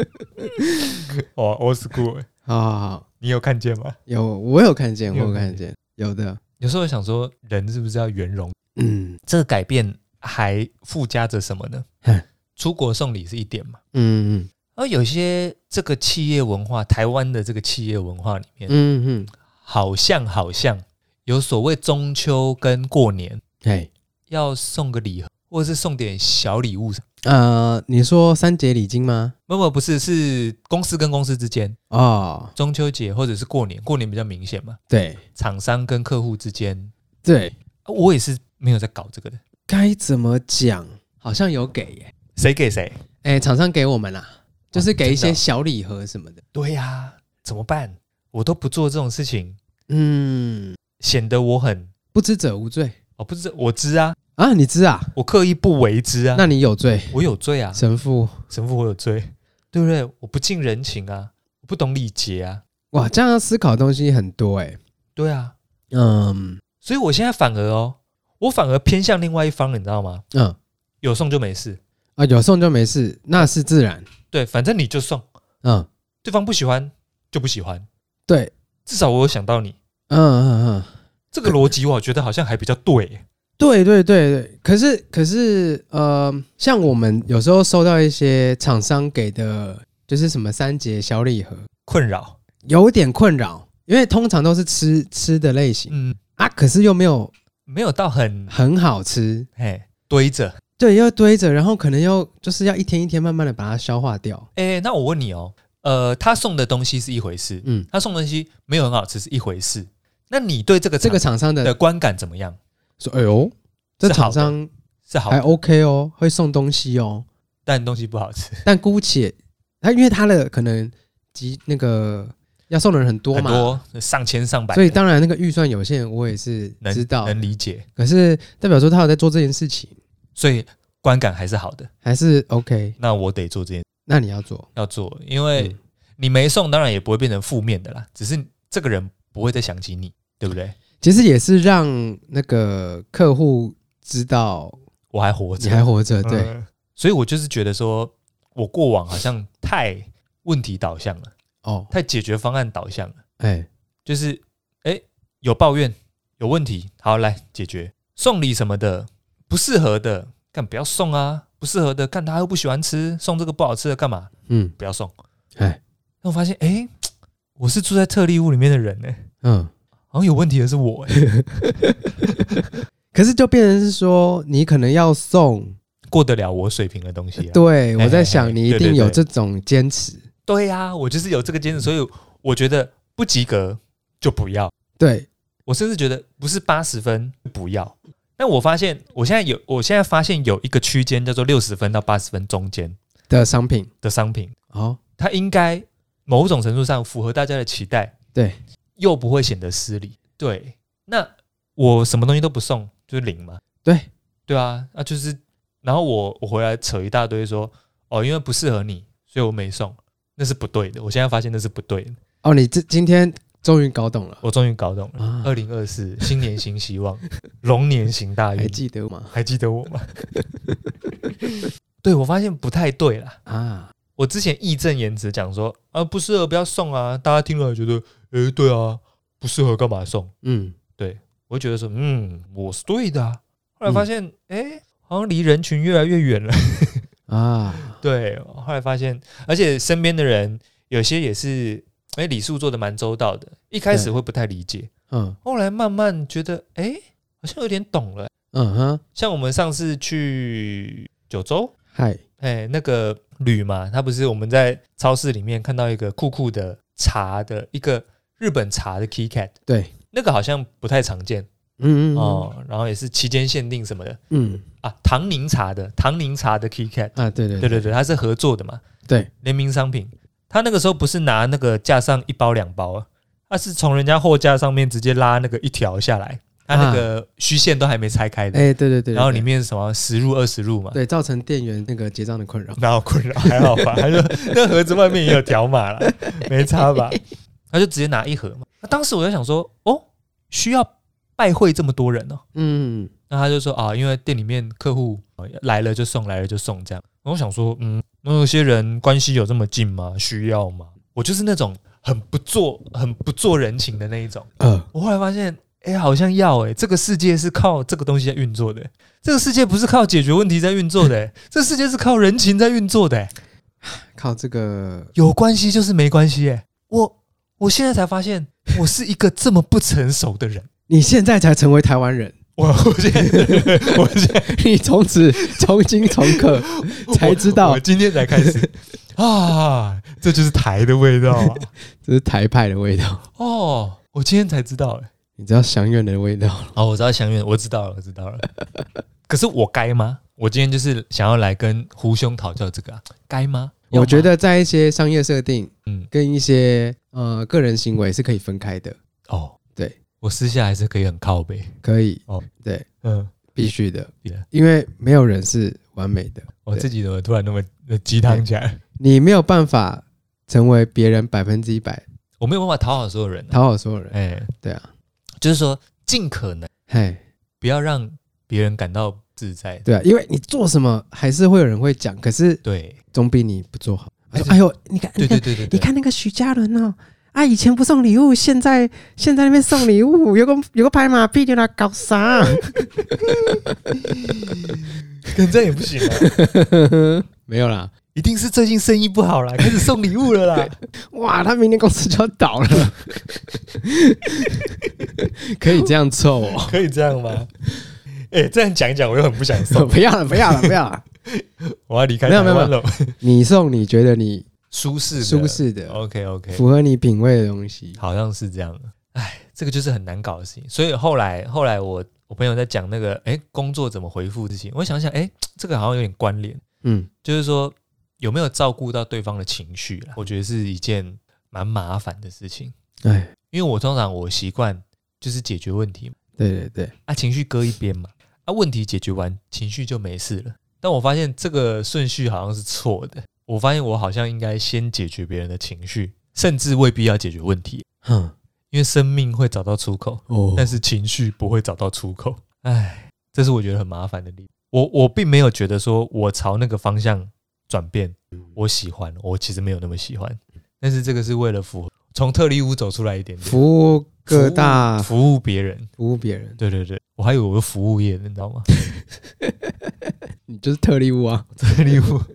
A: 哦，old school，
B: 好好好，
A: 你有看见吗？
B: 有我有看见，
A: 你有
B: 我有
A: 看
B: 看见，有的，
A: 有时候我想说，人是不是要圆融？
B: 嗯
A: 这个改变还附加着什么呢
B: 嗯？
A: 出国送礼是一点嘛，
B: 嗯嗯
A: 而有些这个企业文化，台湾的这个企业文化里面，
B: 嗯嗯，
A: 好像好像有所谓中秋跟过年
B: 哎，
A: 要送个礼盒，或者是送点小礼物。
B: 呃，你说三节礼金吗？
A: 不不不是，是公司跟公司之间，
B: 哦，
A: 中秋节或者是过年，过年比较明显嘛。
B: 对
A: 厂商跟客户之间，
B: 对，
A: 啊我也是没有在搞这个的。
B: 该怎么讲？好像有给耶，
A: 谁给谁？
B: 哎，厂商给我们啦，就是给一
A: 真的
B: 些
A: 哦
B: 小礼盒什么的，
A: 对呀、怎么办？我都不做这种事情，
B: 嗯，
A: 显得我很……
B: 不知者无罪
A: 哦，不是，我知啊，
B: 啊，你知啊？
A: 我刻意不为之啊。
B: 那你有罪，
A: 我有罪啊，
B: 神父。
A: 神父，我有罪，对不对？我不近人情啊，我不懂礼节啊，
B: 哇，这样要思考的东西很多哎、
A: 对啊。
B: 嗯
A: 所以我现在反而哦，我反而偏向另外一方，你知道吗？
B: 嗯
A: 有送就没事，
B: 啊，有送就没事，那是自然。
A: 对，反正你就送，
B: 嗯，
A: 对方不喜欢就不喜欢，
B: 对，
A: 至少我有想到你。
B: 嗯嗯嗯，
A: 这个逻辑我觉得好像还比较对耶、
B: 对对对对。可是可是呃，像我们有时候收到一些厂商给的，就是什么三节小礼盒，
A: 困扰。
B: 有点困扰，因为通常都是吃吃的类型
A: 嗯，
B: 啊，可是又没有
A: 没有到很
B: 很好吃，
A: 哎堆着。
B: 对，又堆着，然后可能又就是要一天一天慢慢的把它消化掉。
A: 哎、那我问你哦，呃，他送的东西是一回事，
B: 嗯，
A: 他送的东西没有很好吃是一回事。那你对这个
B: 这个
A: 厂
B: 厂商
A: 的
B: 的
A: 观感怎么样？
B: 说，哎呦，这
A: 是好的
B: 厂商
A: 是好
B: 还，OK 哦，会送东西哦。
A: 但东西不好吃，
B: 但姑且他因为他的可能集那个要送的人很多
A: 很
B: 嘛，
A: 多上千上百的，
B: 所以当然那个预算有限，我也是
A: 能
B: 知道。
A: 能理解，
B: 可是代表说他有在做这件事情，
A: 所以观感还是好的。
B: 还是 OK？
A: 那我得做这件
B: 那你要做，
A: 要做，因为
B: 嗯
A: 你没送，当然也不会变成负面的啦，只是这个人不会再想起你，对不对？
B: 其实也是让那个客户知道
A: 我还活着，
B: 你还活着，对，
A: 嗯所以我就是觉得说，我过往好像太问题导向了，
B: 哦，
A: 太解决方案导向了，
B: 哎，
A: 就是哎、诶有抱怨有问题，好来解决，送礼什么的不适合的，干不要送啊，不适合的干他又不喜欢吃，送这个不好吃的干嘛？
B: 嗯，
A: 不要送。
B: 哎，
A: 那我发现哎、诶我是住在特例屋里面的人呢、
B: 嗯。
A: 好像有问题的是我、诶
B: 可是就变成是说，你可能要送，
A: 过得了我水平的东西、啊。
B: 哎对
A: 嘿
B: 我在
A: 嘿
B: 想，
A: 嘿对
B: 你一
A: 对
B: 定有
A: 对
B: 这种坚持，
A: 对呀、我就是有这个坚持，所以我觉得不及格就不要。
B: 对，
A: 我甚至觉得不是八十分不要，但我发现，我现在有，我现在发现有一个区间叫做六十分到八十分中间
B: 的商品
A: 的商品，
B: 哦，
A: 它应该某种程度上符合大家的期待，
B: 对，
A: 又不会显得失礼。对，那我什么东西都不送，就是零嘛。
B: 对，
A: 对啊，那、就是，然后我我回来扯一大堆说，哦，因为不适合你，所以我没送，那是不对的。我现在发现那是不对的，
B: 哦，你这今天终于搞懂了
A: 我终于搞懂了。
B: 啊，
A: 二零二四新年新希望， *laughs* 龙年行大
B: 还
A: 运，
B: 记得吗？
A: 还记得我吗？ *laughs* 对我发现不太对啦。
B: 啊，
A: 我之前义正言辞讲说，啊，不适合不要送啊，大家听了也觉得，诶、对啊，不适合干嘛送？
B: 嗯，
A: 我会觉得说，嗯，我是对的、啊。后来
B: 嗯
A: 发现，诶，好像离人群越来越远了。
B: 啊，
A: 对，后来发现，而且身边的人有些也是，诶，礼数做的蛮周到的，一开始
B: 对
A: 会不太理解，
B: 嗯
A: 后来慢慢觉得，诶，好像有点懂了。
B: 嗯哼，
A: 像我们上次去九州，
B: 嗨，
A: 哎、那个铝嘛，它不是我们在超市里面看到一个酷酷的茶的一个日本茶的 Key Cat，
B: 对，
A: 那个好像不太常见
B: 嗯嗯
A: 哦，然后也是期间限定什么的
B: 嗯
A: 啊，唐宁茶的唐宁茶的 Key Cat，
B: 啊，对对
A: 对对对，它是合作的嘛，
B: 对，
A: 联名商品。他那个时候不是拿那个架上一包两包啊，他是从人家货架上面直接拉那个一条下来，他那个虚线都还没拆开的，
B: 哎，对对对，
A: 然后里
B: 对
A: 面什么十入二十入嘛，
B: 对造成店员那个结账的困扰，
A: 哪有困扰？还好吧？他就那盒子外面也有条码
B: *laughs*
A: 了，没差吧？他就直接拿一盒嘛。那当时我就想说，哦，需要拜会这么多人哦？
B: 嗯，
A: 那他就说啊，因为店里面客户呃来了就送，来了就送这样。然后我想说，嗯，那些人关系有这么近吗？需要吗？我就是那种很不做、很不做人情的那一种。
B: 呃，
A: 我后来发现，哎、好像要哎、这个世界是靠这个东西在运作的、这个世界不是靠解决问题在运作的、这世界是靠人情在运作的、
B: 靠这个，
A: 有关系就是没关系、哎，我我现在才发现，我是一个这么不成熟的人。
B: 你现在才成为台湾人，
A: 我我现在 *laughs* 我现在
B: 你从此重新重 *laughs* 课，才知道
A: 我我今天才开
B: *laughs*
A: 始啊，这就是台的味道啊！
B: 这是台派的味道， *laughs*
A: 哦，我今天才知道、哎，
B: 你知道祥远的味道了，
A: 哦，我知道香远，我知道了，我知道 *laughs* 了。可是我该吗？我今天就是想要来跟胡兄讨教这个、啊，该吗？要吗
B: 我觉得在一些商业设定，
A: 嗯
B: 嗯，跟一些呃个人行为是可以分开的，
A: 哦，
B: 对
A: 我私下还是可以很靠背。
B: 可以，
A: 哦
B: 对，
A: 嗯，
B: 必须的
A: Yeah，
B: 因为没有人是完美的，
A: *laughs* 我
B: 对
A: 自己怎么突然那么呃鸡汤起来？
B: 你没有办法成为别人百分之一百
A: 我没有办法讨好所有人、啊，
B: 讨好所有人，
A: 哎、
B: 对啊，
A: 就是说尽可能
B: 嘿，
A: 不要让别人感到自在。
B: 对啊，因为你做什么还是会有人会讲，可是
A: 对，
B: 总比你不做好。
A: 还是
B: 哎呦，你看，
A: 对对对对
B: 你
A: 对，
B: 看那个徐嘉伦哦，啊，以前不送礼物，现在现在那边送礼物，有个有个拍马屁的啦，搞
A: *laughs*
B: 啥？
A: 跟这样也不行啊，
B: 没有啦，
A: 一定是最近生意不好 *laughs* 啦，开始送礼物了啦。
B: 哇，他明天公司就要倒了，
A: *laughs*
B: 可以这样凑哦？
A: 可以这样 *laughs* 吗？哎、这样讲一讲，我又很不想 *laughs* 送，
B: *laughs* 不要了，不要了，不要了。
A: 我要离开
B: 没
A: 台
B: 有没有
A: 湾了。
B: 你送你觉得你
A: 舒适的
B: 舒适的、
A: ，OK 哦 OK，
B: 符合你品味的东西，
A: 好像是这样。哎，这个就是很难搞的事情。所以后来后来我我朋友在讲那个哎、工作怎么回复的事情，我想想哎、这个好像有点关联，
B: 嗯，
A: 就是说有没有照顾到对方的情绪啦？我觉得是一件蛮麻烦的事情，
B: 哎，
A: 因为我通常我习惯就是解决问题嘛
B: 对对对，
A: 啊，情绪搁一边嘛，啊，问题解决完，情绪就没事了。但我发现这个顺序好像是错的，我发现我好像应该先解决别人的情绪，甚至未必要解决问题，
B: 哼，
A: 因为生命会找到出口，
B: 哦
A: 但是情绪不会找到出口。唉，这是我觉得很麻烦的地方。我我并没有觉得说我朝那个方向转变，我喜欢，我其实没有那么喜欢，但是这个是为了符合从特例屋走出来一点点，
B: 服务各大
A: 服务别人。
B: 服务别人，
A: 对对对，我还以为我是服务业的，你知道吗？
B: 你就是特例物啊。
A: 特例
B: *laughs*
A: 屋，所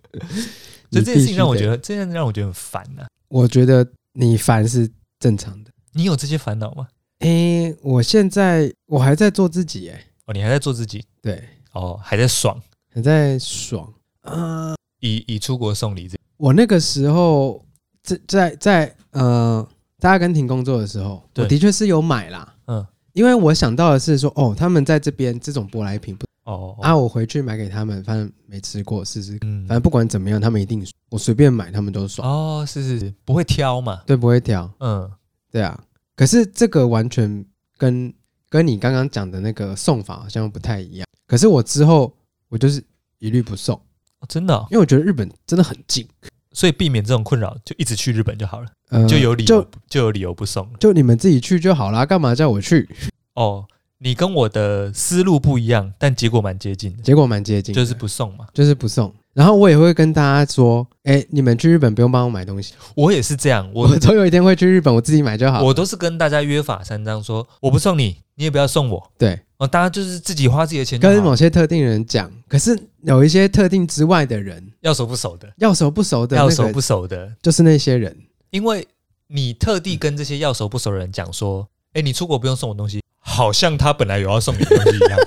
A: *laughs* 以这件事情让我觉
B: 得，
A: 得，这件事让我觉得很烦啊。
B: 我觉得你烦是正常的。
A: 你有这些烦恼吗？
B: 诶、我现在我还在做自己、欸，诶，
A: 哦，你还在做自己，
B: 对，
A: 哦，还在爽。
B: 还在爽啊、
A: 以以出国送礼这，
B: 我那个时候在在在呃，在阿根廷工作的时候，
A: 对
B: 我的确是有买啦，
A: 嗯，
B: 因为我想到的是说，哦，他们在这边这种舶来品不
A: 哦，哦
B: 啊，我回去买给他们，反正没吃过，试试看。
A: 嗯
B: 反正不管怎么样，他们一定我随便买，他们都爽，
A: 哦，是是是，不会挑嘛，
B: 对，不会挑，
A: 嗯，
B: 对啊。可是这个完全跟跟你刚刚讲的那个送法好像不太一样。可是我之后我就是一律不送，
A: 哦真的哦、
B: 因为我觉得日本真的很近，
A: 所以避免这种困扰，就一直去日本就好了，
B: 呃，
A: 就有理由
B: 就
A: 不就有理由不送了。
B: 就你们自己去就好啦，干嘛叫我去？
A: 哦，你跟我的思路不一样，但结果蛮接近的，
B: 结果蛮接近的，
A: 就是不送嘛。
B: 就是不送。然后我也会跟大家说，哎、你们去日本不用帮我买东西，
A: 我也是这样，
B: 我
A: 我
B: 总有一天会去日本，我自己买就好。
A: 我都是跟大家约法三章说，我不送你，你也不要送我。
B: 对，
A: 哦，大家就是自己花自己的钱就好，
B: 跟某些特定人讲，可是有一些特定之外的人，
A: 要熟不熟的，
B: 要熟不熟的，
A: 要熟不，熟的，
B: 就是那些人。 *laughs*
A: 因为你特地跟这些要熟不熟的人讲说，哎、你出国不用送我东西，好像他本来有要送你的东西 *laughs* 一样。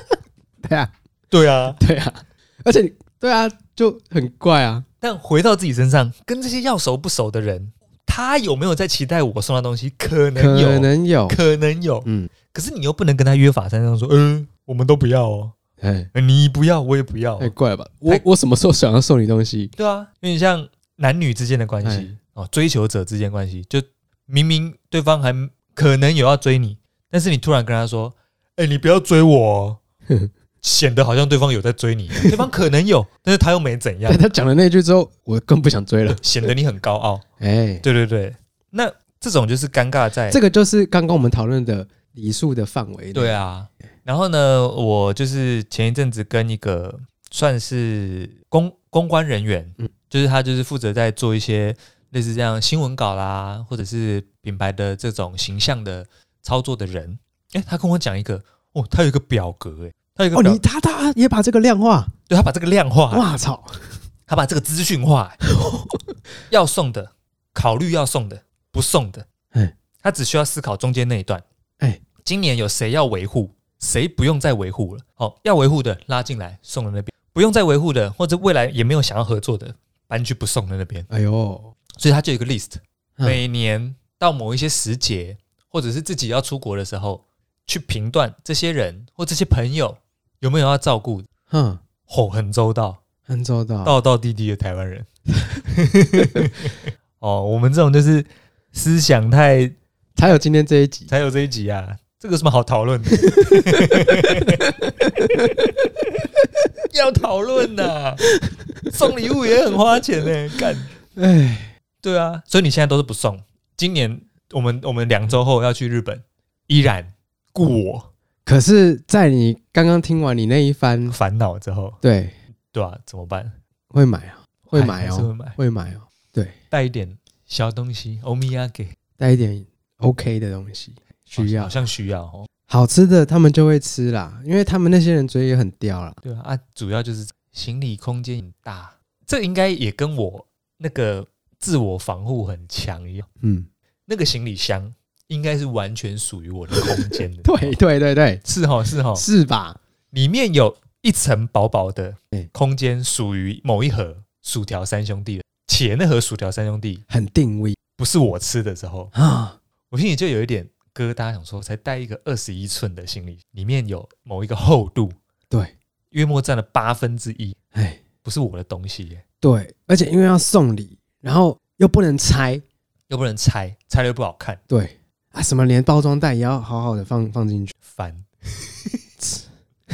B: 对啊，
A: 对啊，
B: 对啊，而且对啊，就很怪啊。
A: 但回到自己身上，跟这些要熟不熟的人，他有没有在期待我送他东西？可能有，
B: 可能有，
A: 可能有
B: 嗯，
A: 可是你又不能跟他约法三章说，嗯，我们都不要哦，
B: 哎，
A: 呃你不要，我也不要哦、
B: 太怪了吧？我
A: 太
B: 我什么时候想要送你东西？
A: 对啊，有点像男女之间的关系
B: 哎
A: 哦，追求者之间关系，就明明对方还可能有要追你，但是你突然跟他说：“哎、你不要追我、哦。”显得好像对方有在追你一样，对方可能有，但是他又没怎样
B: 但，他讲了那句之后，我更不想追
A: *laughs*
B: 了。
A: 显得你很高傲。
B: 哎，
A: 对对对，那这种就是尴尬在
B: 这个就是刚刚我们讨论的礼数的范围。
A: 对，啊。然后呢，我就是前一阵子跟一个算是公公关人员，
B: 嗯
A: 就是他就是负责在做一些类似这样新闻稿啦，或者是品牌的这种形象的操作的人。诶，他跟我讲一个，哦，他有一个表格、诶，他有一
B: 哦，
A: 个表，
B: 你他他也把这个量化，
A: 对他把这个量化，
B: 哇操！
A: 他把这个资讯化、
B: *laughs*
A: 诶要送的，考虑要送的，不送的
B: 嘿，
A: 他只需要思考中间那一段。
B: 哎，
A: 今年有谁要维护，谁不用再维护了？好、要维护的拉进来送到那边，不用再维护的，或者未来也没有想要合作的，搬去不送的那边。
B: 哎呦，
A: 所以他就有一个 list，、
B: 嗯
A: 每年到某一些时节，或者是自己要出国的时候，去评断这些人或这些朋友有没有要照顾。
B: 哼，
A: 哦，很周到，
B: 很周到。
A: 道道地地的台湾人。 *laughs* 哦，我们这种就是思想太
B: 才有今天这一集。
A: 才有这一集啊，这个有什么好讨论的？ *laughs* 要讨论呐！送礼物也很花钱呢、干
B: 哎，
A: 对啊，所以你现在都是不送。今年我们我们两周后要去日本，依然故我
B: 可是，在你刚刚听完你那一番，
A: 烦恼之后，
B: 对，
A: 对啊，怎么办？
B: 会买啊，会买
A: 哎还是会
B: 哦，
A: 买，
B: 会买哦，
A: 带一点小东西，欧米亚给
B: 带一点 OK 的东西，需
A: 好
B: 要
A: 像需要哦。
B: 好吃的他们就会吃啦，因为他们那些人嘴也很刁啦。
A: 对啊，啊，主要就是行李空间很大，这应该也跟我那个自我防护很强一样。
B: 嗯，。
A: 那个行李箱应该是完全属于我的空间的
B: *laughs* 对，对对对，
A: 是哈是哈，哦
B: 是吧？
A: 里面有一层薄薄的
B: 嗯
A: 空间，属于某一盒薯条三兄弟的。且那盒薯条三兄弟
B: 很定位
A: 不是我吃的时候，
B: 啊，
A: 我心里就有一点疙瘩，想说才带一个二十一寸的行李，里面有某一个厚度，
B: 对，
A: 约莫占了八分之一，
B: 哎，
A: 不是我的东西耶，
B: 对，而且因为要送礼，然后又不能拆，
A: 又不能拆，拆了又不好看。
B: 对啊，什么连包装袋也要好好的放放进去。
A: 烦。 *laughs*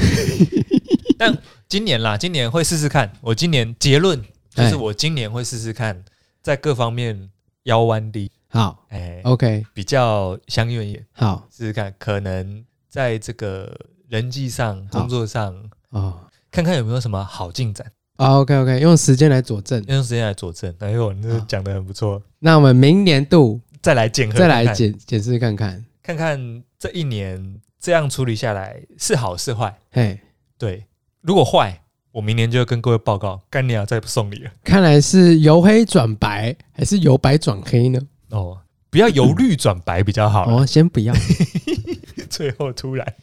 A: 但今年啦，今年会试试看。我今年结论就是，
B: 哎
A: 我今年会试试看，在各方面腰弯低，
B: 好
A: 哎、
B: ，OK，
A: 比较相应一点，
B: 好
A: 试试看，可能在这个人际上、
B: 好
A: 工作上，
B: 哦。
A: 看看有没有什么好进展，
B: 啊、o k OK，用时间来佐证。
A: 用时间来佐证。哎呦，你这
B: 好
A: 讲的很不错，
B: 那我们明年度
A: 再来检核看
B: 再来
A: 看，
B: 检检视看看。
A: 看看这一年这样处理下来是好是坏。
B: 嘿，
A: 对，如果坏，我明年就要跟各位报告，干你啊，再也不送礼了。
B: 看来是由黑转白，还是由白转黑呢？
A: 哦，不要由绿转白比较好啦。
B: 哦，先不要，
A: *laughs* 最后突然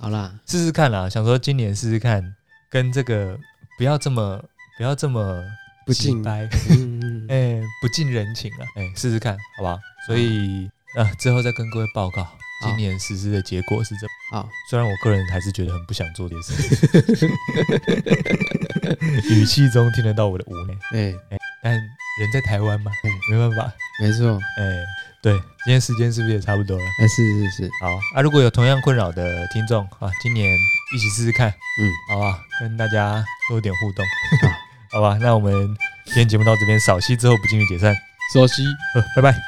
B: 好啦，
A: 试试看啦，想说今年试试看，跟这个不要这么不要这么
B: 不
A: 急
B: 进，
A: 掰，
B: 嗯，
A: 哎、不近人情啊，哎、试试看好不好？所以啊，之后再跟各位报告。今年实施的结果是这样。
B: 好，
A: 虽然我个人还是觉得很不想做这件事 *laughs* 情，语气中听得到我的无奈，
B: 哎、
A: 但人在台湾嘛，
B: 嗯
A: 没办法。
B: 没错，
A: 哎、对，今天时间是不是也差不多了？
B: 哎、是是是，
A: 好啊，如果有同样困扰的听众啊，今年一起试试看，
B: 嗯，
A: 好吧，跟大家多一点互动，*laughs*
B: 好
A: 好吧，那我们今天节目到这边，扫息之后不进去解散，
B: 首席。
A: 呃，拜拜。